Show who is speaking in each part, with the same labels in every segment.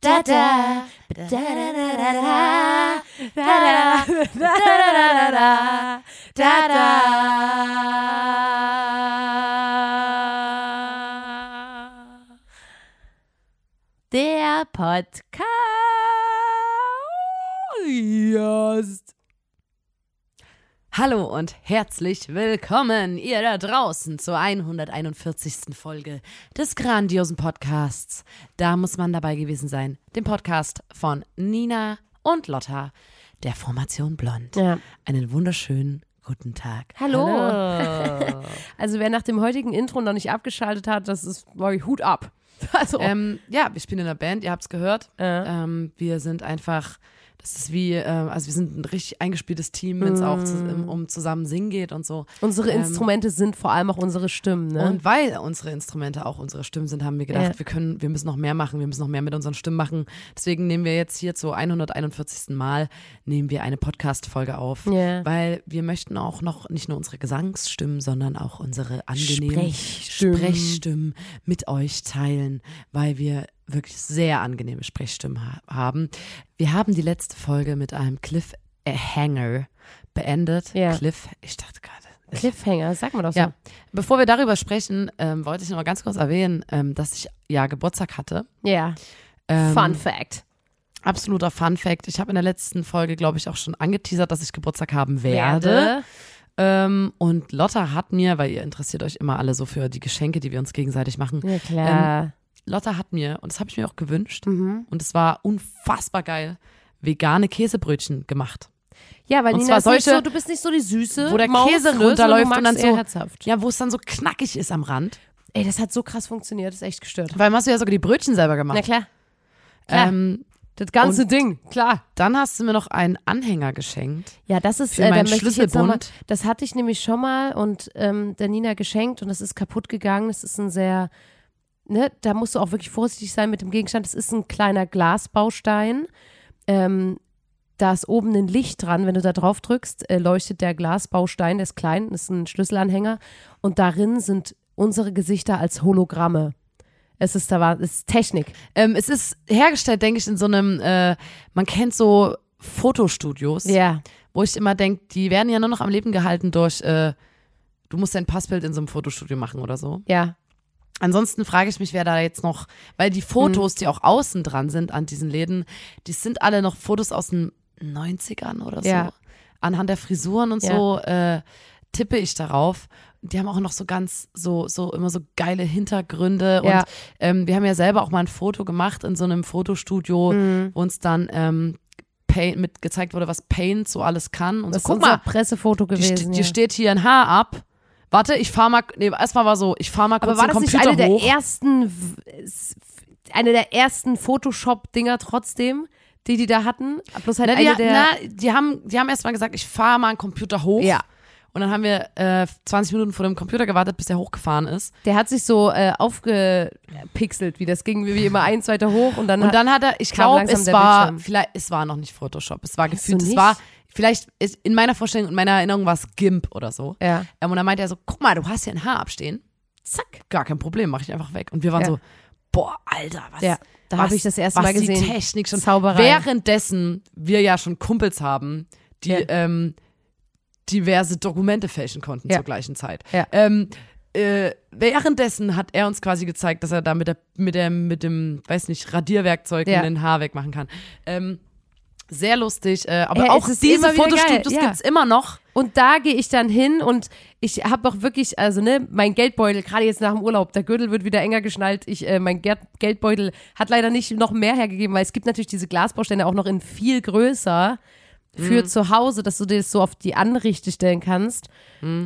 Speaker 1: Da da da da da da da da. Da da da da da da da. Da da.
Speaker 2: er
Speaker 1: Der Podcast.
Speaker 3: Hallo und herzlich willkommen, ihr da draußen, zur 141. Folge des grandiosen Podcasts. Da muss man dabei gewesen sein. Dem Podcast von Nina und Lotta, der Formation Blond.
Speaker 1: Ja.
Speaker 3: Einen wunderschönen guten Tag.
Speaker 1: Hallo.
Speaker 2: Also wer nach dem heutigen Intro noch nicht abgeschaltet hat, das ist glaube ich Hut ab. Also
Speaker 3: Ähm, ja, wir spielen in einer Band, ihr habt's gehört.
Speaker 2: äh,
Speaker 3: Ähm, wir sind einfach, das ist wie, äh, also wir sind ein richtig eingespieltes Team, wenn es auch zu, um,
Speaker 2: Mm.
Speaker 3: um zusammen singen geht und so.
Speaker 2: unsere
Speaker 3: ähm,
Speaker 2: Instrumente sind vor allem auch unsere Stimmen. Ne?
Speaker 3: Und weil unsere Instrumente auch unsere Stimmen sind, haben wir gedacht,
Speaker 2: Ja.
Speaker 3: wir können, wir müssen noch mehr machen, wir müssen noch mehr mit unseren Stimmen machen. Deswegen nehmen wir jetzt hier zu 141. Mal nehmen wir eine Podcast-Folge auf.
Speaker 2: Ja.
Speaker 3: Weil wir möchten auch noch nicht nur unsere Gesangsstimmen, sondern auch unsere angenehmen
Speaker 2: Sprechstimmen.
Speaker 3: Sprechstimmen mit euch teilen, weil wir wirklich sehr angenehme Sprechstimmen ha haben. Wir haben die letzte Folge mit einem Cliffhanger beendet.
Speaker 2: Ja.
Speaker 3: Cliff, ich dachte gerade. ich
Speaker 2: Cliffhanger, sag mal doch so.
Speaker 3: ja. Bevor wir darüber sprechen, ähm, wollte ich noch mal ganz kurz erwähnen, ähm, dass ich ja Geburtstag hatte.
Speaker 2: Ja.
Speaker 3: Ähm,
Speaker 2: Fun Fact.
Speaker 3: Absoluter Fun Fact. Ich habe in der letzten Folge, glaube ich, auch schon angeteasert, dass ich Geburtstag haben werde. Ähm, und Lotta hat mir, weil ihr interessiert euch immer alle so für die Geschenke, die wir uns gegenseitig machen.
Speaker 2: Ja klar.
Speaker 3: Lotta hat mir, und das habe ich mir auch gewünscht,
Speaker 2: Mhm. Ähm,
Speaker 3: und es war unfassbar geil, vegane Käsebrötchen gemacht.
Speaker 2: ja, weil
Speaker 3: und
Speaker 2: Nina
Speaker 3: zwar
Speaker 2: ist nicht
Speaker 3: solche,
Speaker 2: so, du bist nicht so die süße,
Speaker 3: wo der
Speaker 2: Maus,
Speaker 3: Käse
Speaker 2: ne, sondern du
Speaker 3: runterläuft und
Speaker 2: magst
Speaker 3: dann so-
Speaker 2: eher herzhaft.
Speaker 3: Ja, wo es dann so knackig ist am Rand.
Speaker 2: Ey, das hat so krass funktioniert, ist echt gestört.
Speaker 3: Weil hast du ja sogar die Brötchen selber
Speaker 2: Na
Speaker 3: gemacht.
Speaker 2: klar. klar.
Speaker 3: Ähm,
Speaker 2: Das ganze Ding, klar.
Speaker 3: dann hast du mir noch einen Anhänger geschenkt.
Speaker 2: Ja, das ist
Speaker 3: Für
Speaker 2: äh, da
Speaker 3: meinen
Speaker 2: möchte ich jetzt noch mal,
Speaker 3: Schlüsselbund.
Speaker 2: Das hatte ich nämlich schon mal und ähm, der Nina geschenkt und das ist kaputt gegangen. Das ist ein sehr, ne, da musst du auch wirklich vorsichtig sein mit dem Gegenstand. Das ist ein kleiner Glasbaustein. Ähm, da ist oben ein Licht dran. Wenn du da drauf drückst, äh, leuchtet der Glasbaustein, der ist klein, das ist ein Schlüsselanhänger. Und darin sind unsere Gesichter als Hologramme. Es ist, da war, es ist Technik.
Speaker 3: Ähm, es ist hergestellt, denke ich, in so einem, äh, man kennt so Fotostudios,
Speaker 2: Ja.
Speaker 3: wo ich immer denke, die werden ja nur noch am Leben gehalten durch, äh, du musst dein Passbild in so einem Fotostudio machen oder so.
Speaker 2: Ja.
Speaker 3: Ansonsten frage ich mich, wer da jetzt noch, weil die Fotos,
Speaker 2: Hm.
Speaker 3: die auch außen dran sind an diesen Läden, die sind alle noch Fotos aus den 90ern oder so.
Speaker 2: Ja.
Speaker 3: Anhand der Frisuren und
Speaker 2: Ja.
Speaker 3: so äh, tippe ich darauf. Die haben auch noch so ganz, so, so immer so geile Hintergründe.
Speaker 2: Ja.
Speaker 3: Und ähm, wir haben ja selber auch mal ein Foto gemacht in so einem Fotostudio,
Speaker 2: Mhm.
Speaker 3: wo uns dann ähm, Paint mit gezeigt wurde, was Paint so alles kann. Und
Speaker 2: Das
Speaker 3: so,
Speaker 2: ist
Speaker 3: Also guck
Speaker 2: unser
Speaker 3: mal,
Speaker 2: Pressefoto
Speaker 3: die,
Speaker 2: gewesen.
Speaker 3: ste- die
Speaker 2: ja.
Speaker 3: steht hier ein Haar ab. Warte, ich fahr mal, nee, erstmal war so, ich fahr mal kurz
Speaker 2: Aber war
Speaker 3: den
Speaker 2: das nicht
Speaker 3: Computer
Speaker 2: eine
Speaker 3: hoch.
Speaker 2: der ersten, w- s- f- eine der ersten Photoshop-Dinger trotzdem, die die da hatten? Bloß halt
Speaker 3: Na, die,
Speaker 2: eine
Speaker 3: ha-
Speaker 2: der.
Speaker 3: na, die haben, die haben erstmal gesagt, ich fahre mal einen Computer hoch.
Speaker 2: Ja.
Speaker 3: Und dann haben wir äh, 20 Minuten vor dem Computer gewartet, bis der hochgefahren ist.
Speaker 2: der hat sich so äh, aufgepixelt, wie das ging, wie immer ein, zweiter hoch und dann.
Speaker 3: Und dann hat er, ich
Speaker 2: Kam
Speaker 3: glaube,
Speaker 2: langsam
Speaker 3: es
Speaker 2: der
Speaker 3: war,
Speaker 2: Bildschirm.
Speaker 3: vielleicht, es war noch nicht Photoshop. Es war
Speaker 2: Meinst du
Speaker 3: gefühlt, es
Speaker 2: nicht?
Speaker 3: war, vielleicht, ist, in meiner Vorstellung und meiner Erinnerung war es GIMP oder so.
Speaker 2: ja.
Speaker 3: Ähm, und dann meinte er so, guck mal, du hast hier ein Haar abstehen. Zack, gar kein Problem, mache ich einfach weg. Und wir waren
Speaker 2: Ja.
Speaker 3: so, boah, Alter, was,
Speaker 2: Ja, da hab
Speaker 3: was-
Speaker 2: ich das erste
Speaker 3: was
Speaker 2: Mal gesehen.
Speaker 3: die Technik schon.
Speaker 2: Zauberei.
Speaker 3: Währenddessen wir ja schon Kumpels haben, die
Speaker 2: Ja.
Speaker 3: ähm, diverse Dokumente fälschen konnten
Speaker 2: Ja.
Speaker 3: zur gleichen Zeit.
Speaker 2: Ja.
Speaker 3: Ähm, äh, währenddessen hat er uns quasi gezeigt, dass er da mit, der, mit, der, mit dem, weiß nicht, Radierwerkzeug
Speaker 2: Ja.
Speaker 3: ein Haar wegmachen kann. Ähm, sehr lustig, äh, aber
Speaker 2: Ja, es
Speaker 3: auch
Speaker 2: ist
Speaker 3: diese
Speaker 2: immer wieder geil,
Speaker 3: Fotostudios
Speaker 2: ja.
Speaker 3: gibt's immer noch.
Speaker 2: Und da gehe ich dann hin und ich habe auch wirklich, also ne, mein Geldbeutel, gerade jetzt nach dem Urlaub, der Gürtel wird wieder enger geschnallt. Ich, äh, mein Gerd Geldbeutel hat leider nicht noch mehr hergegeben, weil es gibt natürlich diese Glasbausteine auch noch in viel größer. für zu Hause, dass du dir das so auf die Anrichte stellen kannst.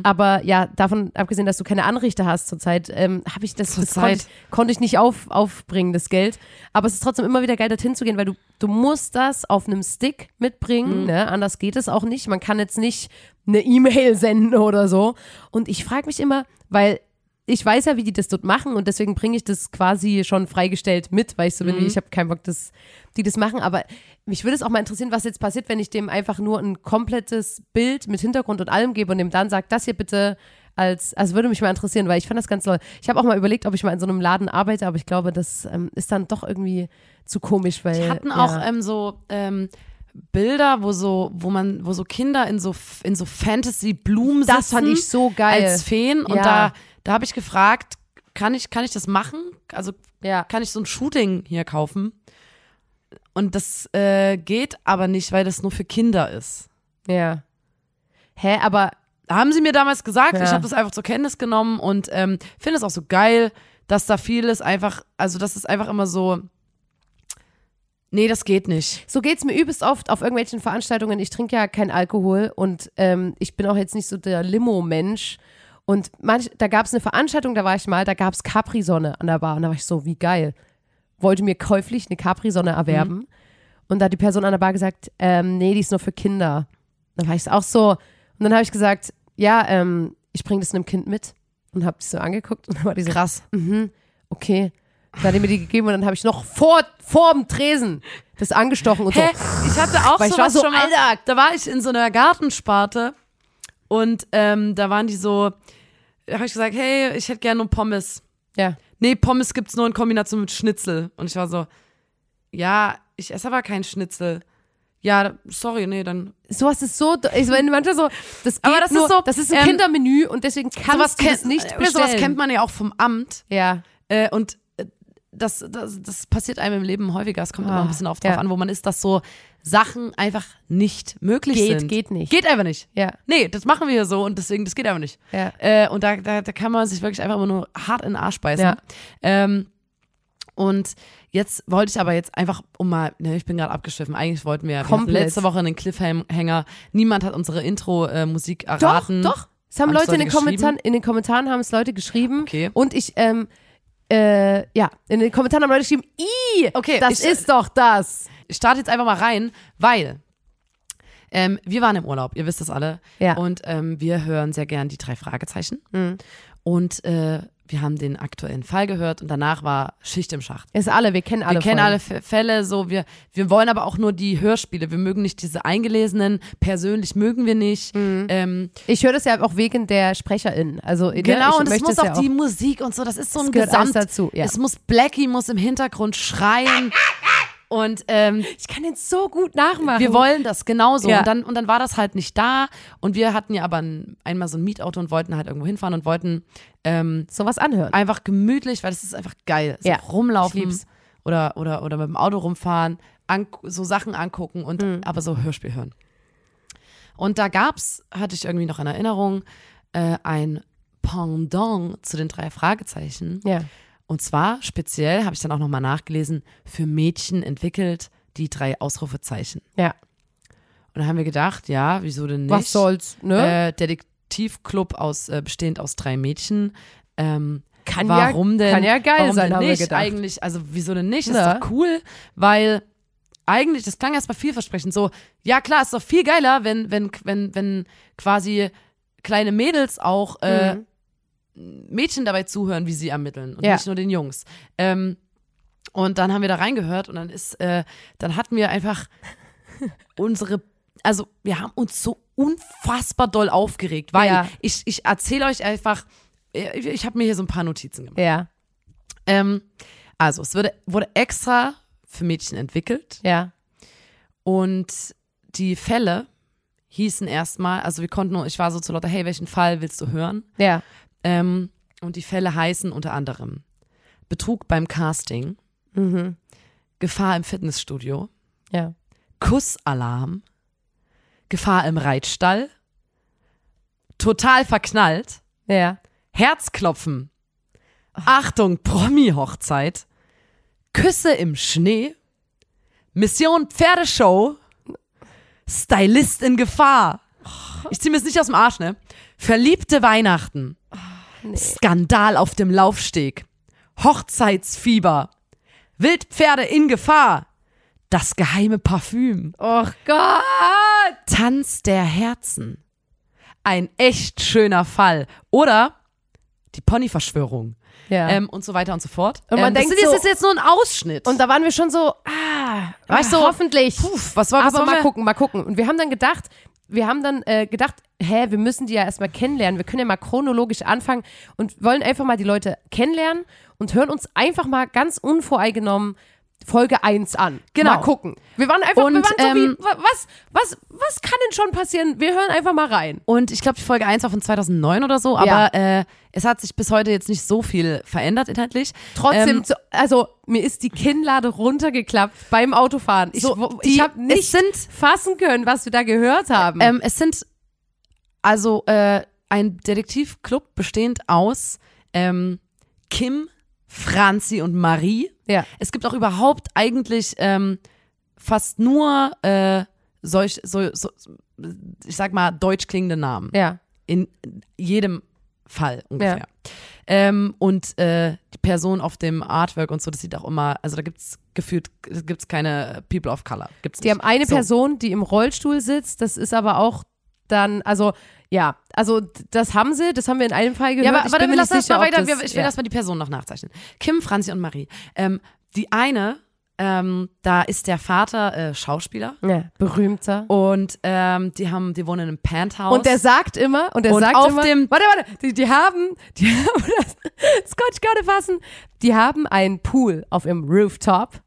Speaker 2: Aber ja, davon abgesehen, dass du keine Anrichte hast zurzeit, ähm, habe ich das, das konnte,
Speaker 3: Zurzeit.
Speaker 2: ich, konnte ich nicht auf, aufbringen, das Geld. Aber es ist trotzdem immer wieder geil, dorthin zu gehen, weil du, du musst das auf einem Stick mitbringen. Ne? Anders geht es auch nicht. Man kann jetzt nicht eine E-Mail senden oder so. Und ich frage mich immer, weil ich weiß ja, wie die das dort machen und deswegen bringe ich das quasi schon freigestellt mit, weil ich so bin, wie ich habe keinen Bock, dass die das machen. Aber mich würde es auch mal interessieren, was jetzt passiert, wenn ich dem einfach nur ein komplettes Bild mit Hintergrund und allem gebe und dem dann sagt, das hier bitte als, also würde mich mal interessieren, weil ich fand das ganz toll. Ich habe auch mal überlegt, ob ich mal in so einem Laden arbeite, aber ich glaube, das ähm, ist dann doch irgendwie zu komisch, weil.
Speaker 3: Die hatten auch
Speaker 2: Äh, ja.
Speaker 3: ähm, so ähm, Bilder, wo so, wo man, wo so Kinder in so f- in so Fantasy Blumen sitzen.
Speaker 2: das fand ich so geil.
Speaker 3: als Feen und
Speaker 2: Ja.
Speaker 3: da da habe ich gefragt, kann ich kann ich das machen? Also
Speaker 2: ja.
Speaker 3: kann ich so ein Shooting hier kaufen? Und das äh, geht aber nicht, weil das nur für Kinder ist.
Speaker 2: ja. Hä, aber
Speaker 3: Haben sie mir damals gesagt,
Speaker 2: Ja.
Speaker 3: ich habe das einfach zur Kenntnis genommen und ähm, finde es auch so geil, dass da vieles einfach, also das ist einfach immer so, nee, das geht nicht.
Speaker 2: So geht's mir übelst oft auf irgendwelchen Veranstaltungen. Ich trinke ja keinen Alkohol und ähm, ich bin auch jetzt nicht so der Limo-Mensch. Und manch, da gab's eine Veranstaltung, da war ich mal, da gab's Capri-Sonne an der Bar. Und da war ich so, wie geil. Wollte mir käuflich eine Capri-Sonne erwerben. Und da hat die Person an der Bar gesagt, ähm, nee, die ist nur für Kinder. Dann war ich auch so. Und dann habe ich gesagt, ja, ähm, ich bringe das einem Kind mit. Und habe die so angeguckt und dann war die so,
Speaker 3: Krass.
Speaker 2: okay. Dann hat er mir die gegeben und dann habe ich noch vor, vor dem Tresen das angestochen und
Speaker 3: Hä?
Speaker 2: so.
Speaker 3: Ich hatte auch
Speaker 2: Weil ich
Speaker 3: sowas
Speaker 2: war so,
Speaker 3: schon mal.
Speaker 2: Alter.
Speaker 3: Da war ich in so einer Gartensparte und ähm, da waren die so, da habe ich gesagt, hey, ich hätte gerne nur Pommes.
Speaker 2: Ja.
Speaker 3: Nee, Pommes gibt's nur in Kombination mit Schnitzel. Und ich war so, ja, ich esse aber keinen Schnitzel. Ja, sorry, nee, dann.
Speaker 2: Sowas ist so, ich meine, manchmal so, das geht
Speaker 3: Aber das ist
Speaker 2: nur,
Speaker 3: so,
Speaker 2: das ist ein
Speaker 3: ähm,
Speaker 2: Kindermenü und deswegen kannst du
Speaker 3: kennt-
Speaker 2: es nicht
Speaker 3: äh,
Speaker 2: bestellen.
Speaker 3: Sowas kennt man ja auch vom Amt.
Speaker 2: Ja,
Speaker 3: Äh, und äh, das, das, das passiert einem im Leben häufiger. Es kommt immer
Speaker 2: Ah,
Speaker 3: ein bisschen auf drauf
Speaker 2: ja.
Speaker 3: an, wo man ist, dass so Sachen einfach nicht möglich
Speaker 2: Geht-
Speaker 3: sind.
Speaker 2: geht nicht.
Speaker 3: Geht einfach nicht.
Speaker 2: ja,
Speaker 3: Nee, das machen wir hier so und deswegen, das geht einfach nicht.
Speaker 2: ja.
Speaker 3: Äh, und da, da, da kann man sich wirklich einfach immer nur hart in den Arsch beißen.
Speaker 2: Ja.
Speaker 3: Ähm, und jetzt wollte ich aber jetzt einfach, um mal, ne, ich bin gerade abgeschiffen, eigentlich wollten wir, wir hatten
Speaker 2: Komplett.
Speaker 3: letzte Woche einen Cliffhanger, niemand hat unsere Intro-Musik
Speaker 2: Doch,
Speaker 3: erraten.
Speaker 2: doch. Es haben
Speaker 3: Haben es
Speaker 2: Leute in den
Speaker 3: Leute
Speaker 2: Kommentaren, in den Kommentaren haben es Leute geschrieben.
Speaker 3: Okay.
Speaker 2: Und ich, ähm, äh, ja, in den Kommentaren haben Leute geschrieben, i,
Speaker 3: Okay,
Speaker 2: das
Speaker 3: ich- äh,
Speaker 2: ist doch das.
Speaker 3: Ich starte jetzt einfach mal rein, weil ähm, wir waren im Urlaub, ihr wisst das alle.
Speaker 2: Ja. Mhm.
Speaker 3: Und ähm, wir hören sehr gern die drei Fragezeichen. Und äh, wir haben den aktuellen Fall gehört und danach war Schicht im Schacht.
Speaker 2: Ist alle, wir kennen alle.
Speaker 3: Wir kennen
Speaker 2: Folgen.
Speaker 3: alle F- Fälle, so wir, wir wollen aber auch nur die Hörspiele. Wir mögen nicht diese eingelesenen, persönlich mögen wir nicht. Ähm,
Speaker 2: Ich höre das ja auch wegen der SprecherInnen. Also, ne, Mhm. ich
Speaker 3: genau, und es
Speaker 2: möchte
Speaker 3: muss
Speaker 2: das
Speaker 3: auch
Speaker 2: ja
Speaker 3: die Musik und so, das ist so ein
Speaker 2: Das gehört alles
Speaker 3: Gesamt.
Speaker 2: dazu, ja.
Speaker 3: Es muss Blackie muss im Hintergrund schreien. Und ähm,
Speaker 2: Ich kann den so gut nachmachen.
Speaker 3: wir wollen das genauso.
Speaker 2: Ja.
Speaker 3: Und, dann, und dann war das halt nicht da. Und wir hatten ja aber ein, einmal so ein Mietauto und wollten halt irgendwo hinfahren und wollten ähm,
Speaker 2: sowas anhören.
Speaker 3: einfach gemütlich, weil das ist einfach geil. So
Speaker 2: Ja,
Speaker 3: rumlaufen
Speaker 2: ich lieb's.
Speaker 3: Oder, oder, oder mit dem Auto rumfahren, an, so Sachen angucken und
Speaker 2: Hm.
Speaker 3: aber so Hörspiel hören. Und da gab's, hatte ich irgendwie noch in Erinnerung, äh, ein Pendant zu den drei Fragezeichen.
Speaker 2: Ja.
Speaker 3: Und zwar speziell, habe ich dann auch nochmal nachgelesen, für Mädchen entwickelt die drei Ausrufezeichen.
Speaker 2: Ja.
Speaker 3: Und da haben wir gedacht, ja, wieso denn nicht?
Speaker 2: Was soll's, ne?
Speaker 3: Äh, Detektivclub aus, äh, bestehend aus drei Mädchen. Ähm,
Speaker 2: Kann ja-
Speaker 3: warum denn?
Speaker 2: kann ja geil
Speaker 3: warum
Speaker 2: sein,
Speaker 3: denn
Speaker 2: haben wir
Speaker 3: nicht?
Speaker 2: gedacht.
Speaker 3: Eigentlich, also wieso denn nicht?
Speaker 2: Ja.
Speaker 3: Ist doch cool, weil eigentlich, das klang erstmal vielversprechend. So, ja klar, ist doch viel geiler, wenn, wenn, wenn, wenn quasi kleine Mädels auch äh,
Speaker 2: Mhm.
Speaker 3: Mädchen dabei zuhören, wie sie ermitteln und
Speaker 2: Ja.
Speaker 3: nicht nur den Jungs. Ähm, und dann haben wir da reingehört und dann ist, äh, dann hatten wir einfach unsere, also wir haben uns so unfassbar doll aufgeregt, weil
Speaker 2: Ja.
Speaker 3: ich, ich erzähle euch einfach, äh, ich, ich habe mir hier so ein paar Notizen gemacht.
Speaker 2: ja,
Speaker 3: Ähm, also es wurde, wurde extra für Mädchen entwickelt
Speaker 2: ja.
Speaker 3: und die Fälle hießen erstmal, also wir konnten, nur- ich war so zu Lotte, hey, welchen Fall willst du hören?
Speaker 2: Ja.
Speaker 3: Ähm, und die Fälle heißen unter anderem Betrug beim Casting, Gefahr im Fitnessstudio,
Speaker 2: Ja.
Speaker 3: Kussalarm, Gefahr im Reitstall, total verknallt,
Speaker 2: Ja.
Speaker 3: Herzklopfen, Achtung, Promi-Hochzeit, Küsse im Schnee, Mission Pferdeshow, Stylist in Gefahr. Ich zieh mir es nicht aus dem Arsch, ne? Verliebte Weihnachten. Skandal auf dem Laufsteg. Hochzeitsfieber. Wildpferde in Gefahr. Das geheime Parfüm.
Speaker 2: Och Gott!
Speaker 3: Tanz der Herzen. Ein echt schöner Fall. Oder die Ponyverschwörung.
Speaker 2: Ja.
Speaker 3: Ähm, und so weiter und so fort.
Speaker 2: Und man
Speaker 3: ähm, das
Speaker 2: denkt
Speaker 3: sind- das
Speaker 2: so-
Speaker 3: ist jetzt nur ein Ausschnitt.
Speaker 2: und da waren wir schon so, ah,
Speaker 3: Weißt
Speaker 2: ah,
Speaker 3: du,
Speaker 2: hoffentlich.
Speaker 3: Puh, was war was
Speaker 2: Aber
Speaker 3: wollen
Speaker 2: mal
Speaker 3: wir-
Speaker 2: gucken, mal gucken. Und wir haben dann gedacht, wir haben dann äh, gedacht, hä, wir müssen die ja erstmal kennenlernen. Wir können ja mal chronologisch anfangen und wollen einfach mal die Leute kennenlernen und hören uns einfach mal ganz unvoreingenommen Folge 1 an.
Speaker 3: Genau.
Speaker 2: Mal gucken. Wir waren einfach, wir
Speaker 3: Und,
Speaker 2: waren so
Speaker 3: ähm,
Speaker 2: wie, wa- was, was, was kann denn schon passieren? Wir hören einfach mal rein.
Speaker 3: Und ich glaube, die Folge 1 war von 2009 oder so, aber äh, es hat sich bis heute jetzt nicht so viel verändert inhaltlich.
Speaker 2: Trotzdem,
Speaker 3: Ähm,
Speaker 2: zu, also mir ist die Kinnlade runtergeklappt beim Autofahren. Ich,
Speaker 3: So,
Speaker 2: wo-
Speaker 3: die-
Speaker 2: ich habe
Speaker 3: es
Speaker 2: nicht Hm.
Speaker 3: sind-
Speaker 2: fassen können, was wir da gehört haben.
Speaker 3: ähm, es sind also äh, ein Detektivclub bestehend aus ähm, Kim, Franzi und Marie.
Speaker 2: ja.
Speaker 3: Es gibt auch überhaupt eigentlich ähm, fast nur äh, solch, so, so, ich sag mal, deutsch klingende Namen.
Speaker 2: Ja.
Speaker 3: In jedem Fall ungefähr. Ähm, und äh, die Person auf dem Artwork und so, das sieht auch immer, also da gibt's gefühlt, gibt's keine People of Color. Gibt's
Speaker 2: Die
Speaker 3: nicht.
Speaker 2: haben eine
Speaker 3: so.
Speaker 2: Person, die im Rollstuhl sitzt, das ist aber auch dann, also ja, also d- das haben sie, das haben wir in einem Fall gehört.
Speaker 3: Ja, aber,
Speaker 2: ich
Speaker 3: warte,
Speaker 2: bin mir
Speaker 3: lass
Speaker 2: nicht
Speaker 3: das
Speaker 2: sicher,
Speaker 3: mal
Speaker 2: ob
Speaker 3: weiter.
Speaker 2: das-
Speaker 3: wir- ich will
Speaker 2: ja.
Speaker 3: erst mal die Person noch nachzeichnen. Kim, Franzi und Marie. Ähm, die eine, ähm, da ist der Vater äh, Schauspieler
Speaker 2: ja, berühmter.
Speaker 3: und ähm, die haben, die wohnen in einem Penthouse.
Speaker 2: Und der sagt immer, und der
Speaker 3: Und
Speaker 2: sagt
Speaker 3: auf
Speaker 2: immer,
Speaker 3: dem-
Speaker 2: warte, warte, die, die haben, die haben, das, das konnte ich gerade fassen, die haben einen Pool auf ihrem Rooftop.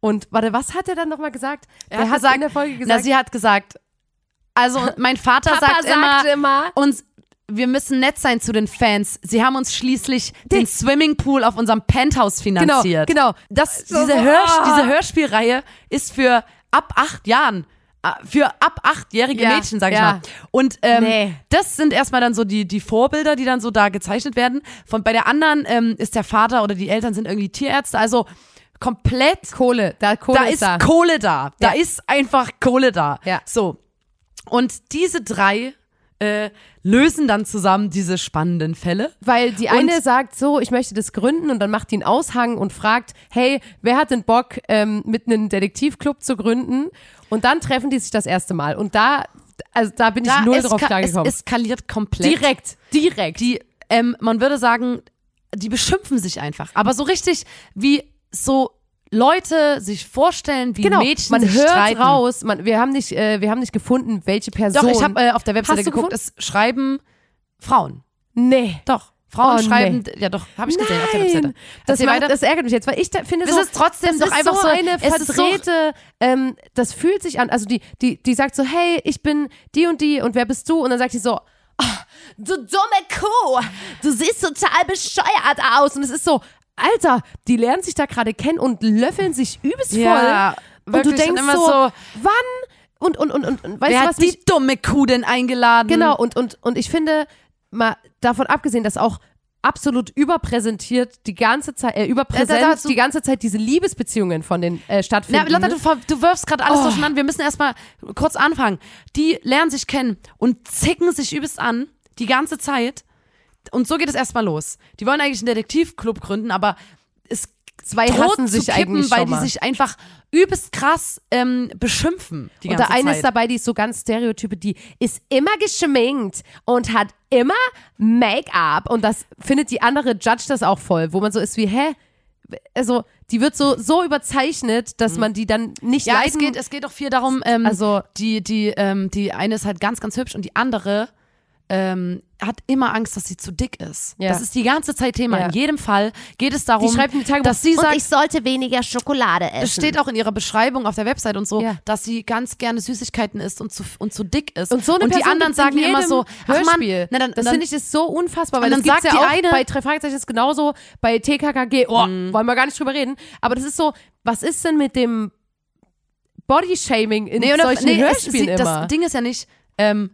Speaker 2: Und warte, was hat er dann nochmal gesagt? Er
Speaker 3: hat gesagt,
Speaker 2: in der Folge
Speaker 3: Na,
Speaker 2: gesagt,
Speaker 3: sie hat gesagt, also mein Vater
Speaker 2: Papa
Speaker 3: sagt, immer,
Speaker 2: immer,
Speaker 3: uns, wir müssen nett sein zu den Fans. Sie haben uns schließlich den Swimmingpool auf unserem Penthouse
Speaker 2: genau,
Speaker 3: finanziert. oh.
Speaker 2: genau,
Speaker 3: Das,
Speaker 2: So,
Speaker 3: diese,
Speaker 2: so,
Speaker 3: Hörsch,
Speaker 2: ah.
Speaker 3: diese Hörspielreihe ist für ab acht Jahren. äh, Für ab achtjährige
Speaker 2: Ja,
Speaker 3: Mädchen, sag ich
Speaker 2: ja.
Speaker 3: mal. Und ähm,
Speaker 2: Nee.
Speaker 3: das sind erstmal dann so die, die Vorbilder, die dann so da gezeichnet werden. Von bei der anderen ähm, ist der Vater oder die Eltern sind irgendwie Tierärzte, also komplett
Speaker 2: Kohle, da Kohle
Speaker 3: da
Speaker 2: ist,
Speaker 3: ist
Speaker 2: da.
Speaker 3: Kohle da. Da
Speaker 2: Ja.
Speaker 3: ist einfach Kohle da.
Speaker 2: Ja.
Speaker 3: So. Und diese drei äh, lösen dann zusammen diese spannenden Fälle.
Speaker 2: Weil die
Speaker 3: Und-
Speaker 2: eine sagt so, ich möchte das gründen und dann macht die einen Aushang und fragt, hey, wer hat denn Bock, ähm, mit einem Detektivclub zu gründen? Und dann treffen die sich das erste Mal. Und da, also da bin ich null drauf
Speaker 3: eska-
Speaker 2: klargekommen.
Speaker 3: Es eskaliert komplett.
Speaker 2: direkt, direkt.
Speaker 3: Die, ähm, man würde sagen, die beschimpfen sich einfach. Aber so richtig, wie so Leute sich vorstellen, wie
Speaker 2: genau,
Speaker 3: Mädchen
Speaker 2: man
Speaker 3: sich
Speaker 2: hört
Speaker 3: streiten.
Speaker 2: raus, man, wir, haben nicht, äh, wir haben nicht gefunden, welche
Speaker 3: Doch,
Speaker 2: Person.
Speaker 3: ich habe äh, auf der Webseite
Speaker 2: Hast du
Speaker 3: geguckt, es schreiben Frauen.
Speaker 2: nee.
Speaker 3: Doch. Frauen
Speaker 2: Oh,
Speaker 3: schreiben, ja doch, habe ich gesehen auf der Webseite.
Speaker 2: Nein, das,
Speaker 3: Erzähl
Speaker 2: macht,
Speaker 3: weiter.
Speaker 2: das ärgert mich jetzt, weil ich da finde
Speaker 3: Es
Speaker 2: so,
Speaker 3: ist trotzdem
Speaker 2: das
Speaker 3: doch einfach so
Speaker 2: eine
Speaker 3: es ist so-
Speaker 2: verdrehte, ähm, das fühlt sich an, also die, die, die sagt so, hey, ich bin die und die und wer bist du? Und dann sagt die so, "Ah, du dumme Kuh, du siehst total bescheuert aus. Und es ist so, Alter, die lernen sich da gerade kennen und löffeln sich übelst
Speaker 3: Ja,
Speaker 2: voll. Und du
Speaker 3: wirklich, und
Speaker 2: denkst
Speaker 3: immer
Speaker 2: so,
Speaker 3: so,
Speaker 2: wann? Und, und, und, und, und weißt
Speaker 3: Wer
Speaker 2: du,
Speaker 3: hat
Speaker 2: was
Speaker 3: die Hm.
Speaker 2: mich
Speaker 3: dumme Kuh denn eingeladen?
Speaker 2: Genau, und, und, und ich finde, mal davon abgesehen, dass auch absolut überpräsentiert die ganze Zeit, äh, überpräsent
Speaker 3: Ja, da- dazu-
Speaker 2: die ganze Zeit diese Liebesbeziehungen von den äh,
Speaker 3: Na,
Speaker 2: stattfinden.
Speaker 3: Lotta, du, ver- du wirfst gerade alles
Speaker 2: Oh.
Speaker 3: durcheinander. Wir müssen erstmal kurz anfangen. Die lernen sich kennen und zicken sich übelst an, die ganze Zeit. Und so geht es erstmal los. Die wollen eigentlich einen Detektivclub gründen, aber es
Speaker 2: Zwei
Speaker 3: droht
Speaker 2: hassen sich
Speaker 3: zu kippen,
Speaker 2: eigentlich
Speaker 3: weil
Speaker 2: schon
Speaker 3: die
Speaker 2: mal.
Speaker 3: sich einfach übelst krass ähm, beschimpfen. Die
Speaker 2: und
Speaker 3: ganze
Speaker 2: der eine
Speaker 3: Zeit.
Speaker 2: ist dabei, die ist so ganz Stereotype, die ist immer geschminkt und hat immer Make-up. Und das findet die andere Judge das auch voll, wo man so ist wie, hä? Also, die wird so, so überzeichnet, dass man die dann nicht
Speaker 3: Mhm. ja,
Speaker 2: leiden
Speaker 3: es geht, es geht doch viel darum, ähm,
Speaker 2: Also-
Speaker 3: die, die, ähm, die eine ist halt ganz, ganz hübsch und die andere ähm, hat immer Angst, dass sie zu dick ist.
Speaker 2: Ja.
Speaker 3: Das ist die ganze Zeit Thema.
Speaker 2: Ja.
Speaker 3: In jedem Fall geht es darum,
Speaker 2: Die schreibt in die Tagebuch,
Speaker 3: dass sie
Speaker 2: "Und
Speaker 3: sagt,
Speaker 1: ich sollte weniger Schokolade
Speaker 3: es
Speaker 1: essen.
Speaker 3: steht auch in ihrer Beschreibung auf der Website und so,
Speaker 2: Ja.
Speaker 3: dass sie ganz gerne Süßigkeiten isst und zu, und zu dick ist.
Speaker 2: Und so eine
Speaker 3: und die
Speaker 2: Person
Speaker 3: anderen
Speaker 2: gibt's in
Speaker 3: sagen immer
Speaker 2: jedem
Speaker 3: so, ach Mann,
Speaker 2: Hörspiel.
Speaker 3: na dann,
Speaker 2: das
Speaker 3: dann,
Speaker 2: finde ich ist so unfassbar, weil
Speaker 3: Und
Speaker 2: das
Speaker 3: dann
Speaker 2: gibt's
Speaker 3: sagt
Speaker 2: ja auch
Speaker 3: die eine- Mhm.
Speaker 2: bei drei Fragezeichen ist genauso, bei TKKG, oh, wollen wir gar nicht drüber reden, aber das ist so, was ist denn mit dem Bodyshaming in
Speaker 3: nee, oder,
Speaker 2: solchen
Speaker 3: nee, es, sie,
Speaker 2: Hörspielen immer?
Speaker 3: das Ding ist ja nicht, ähm,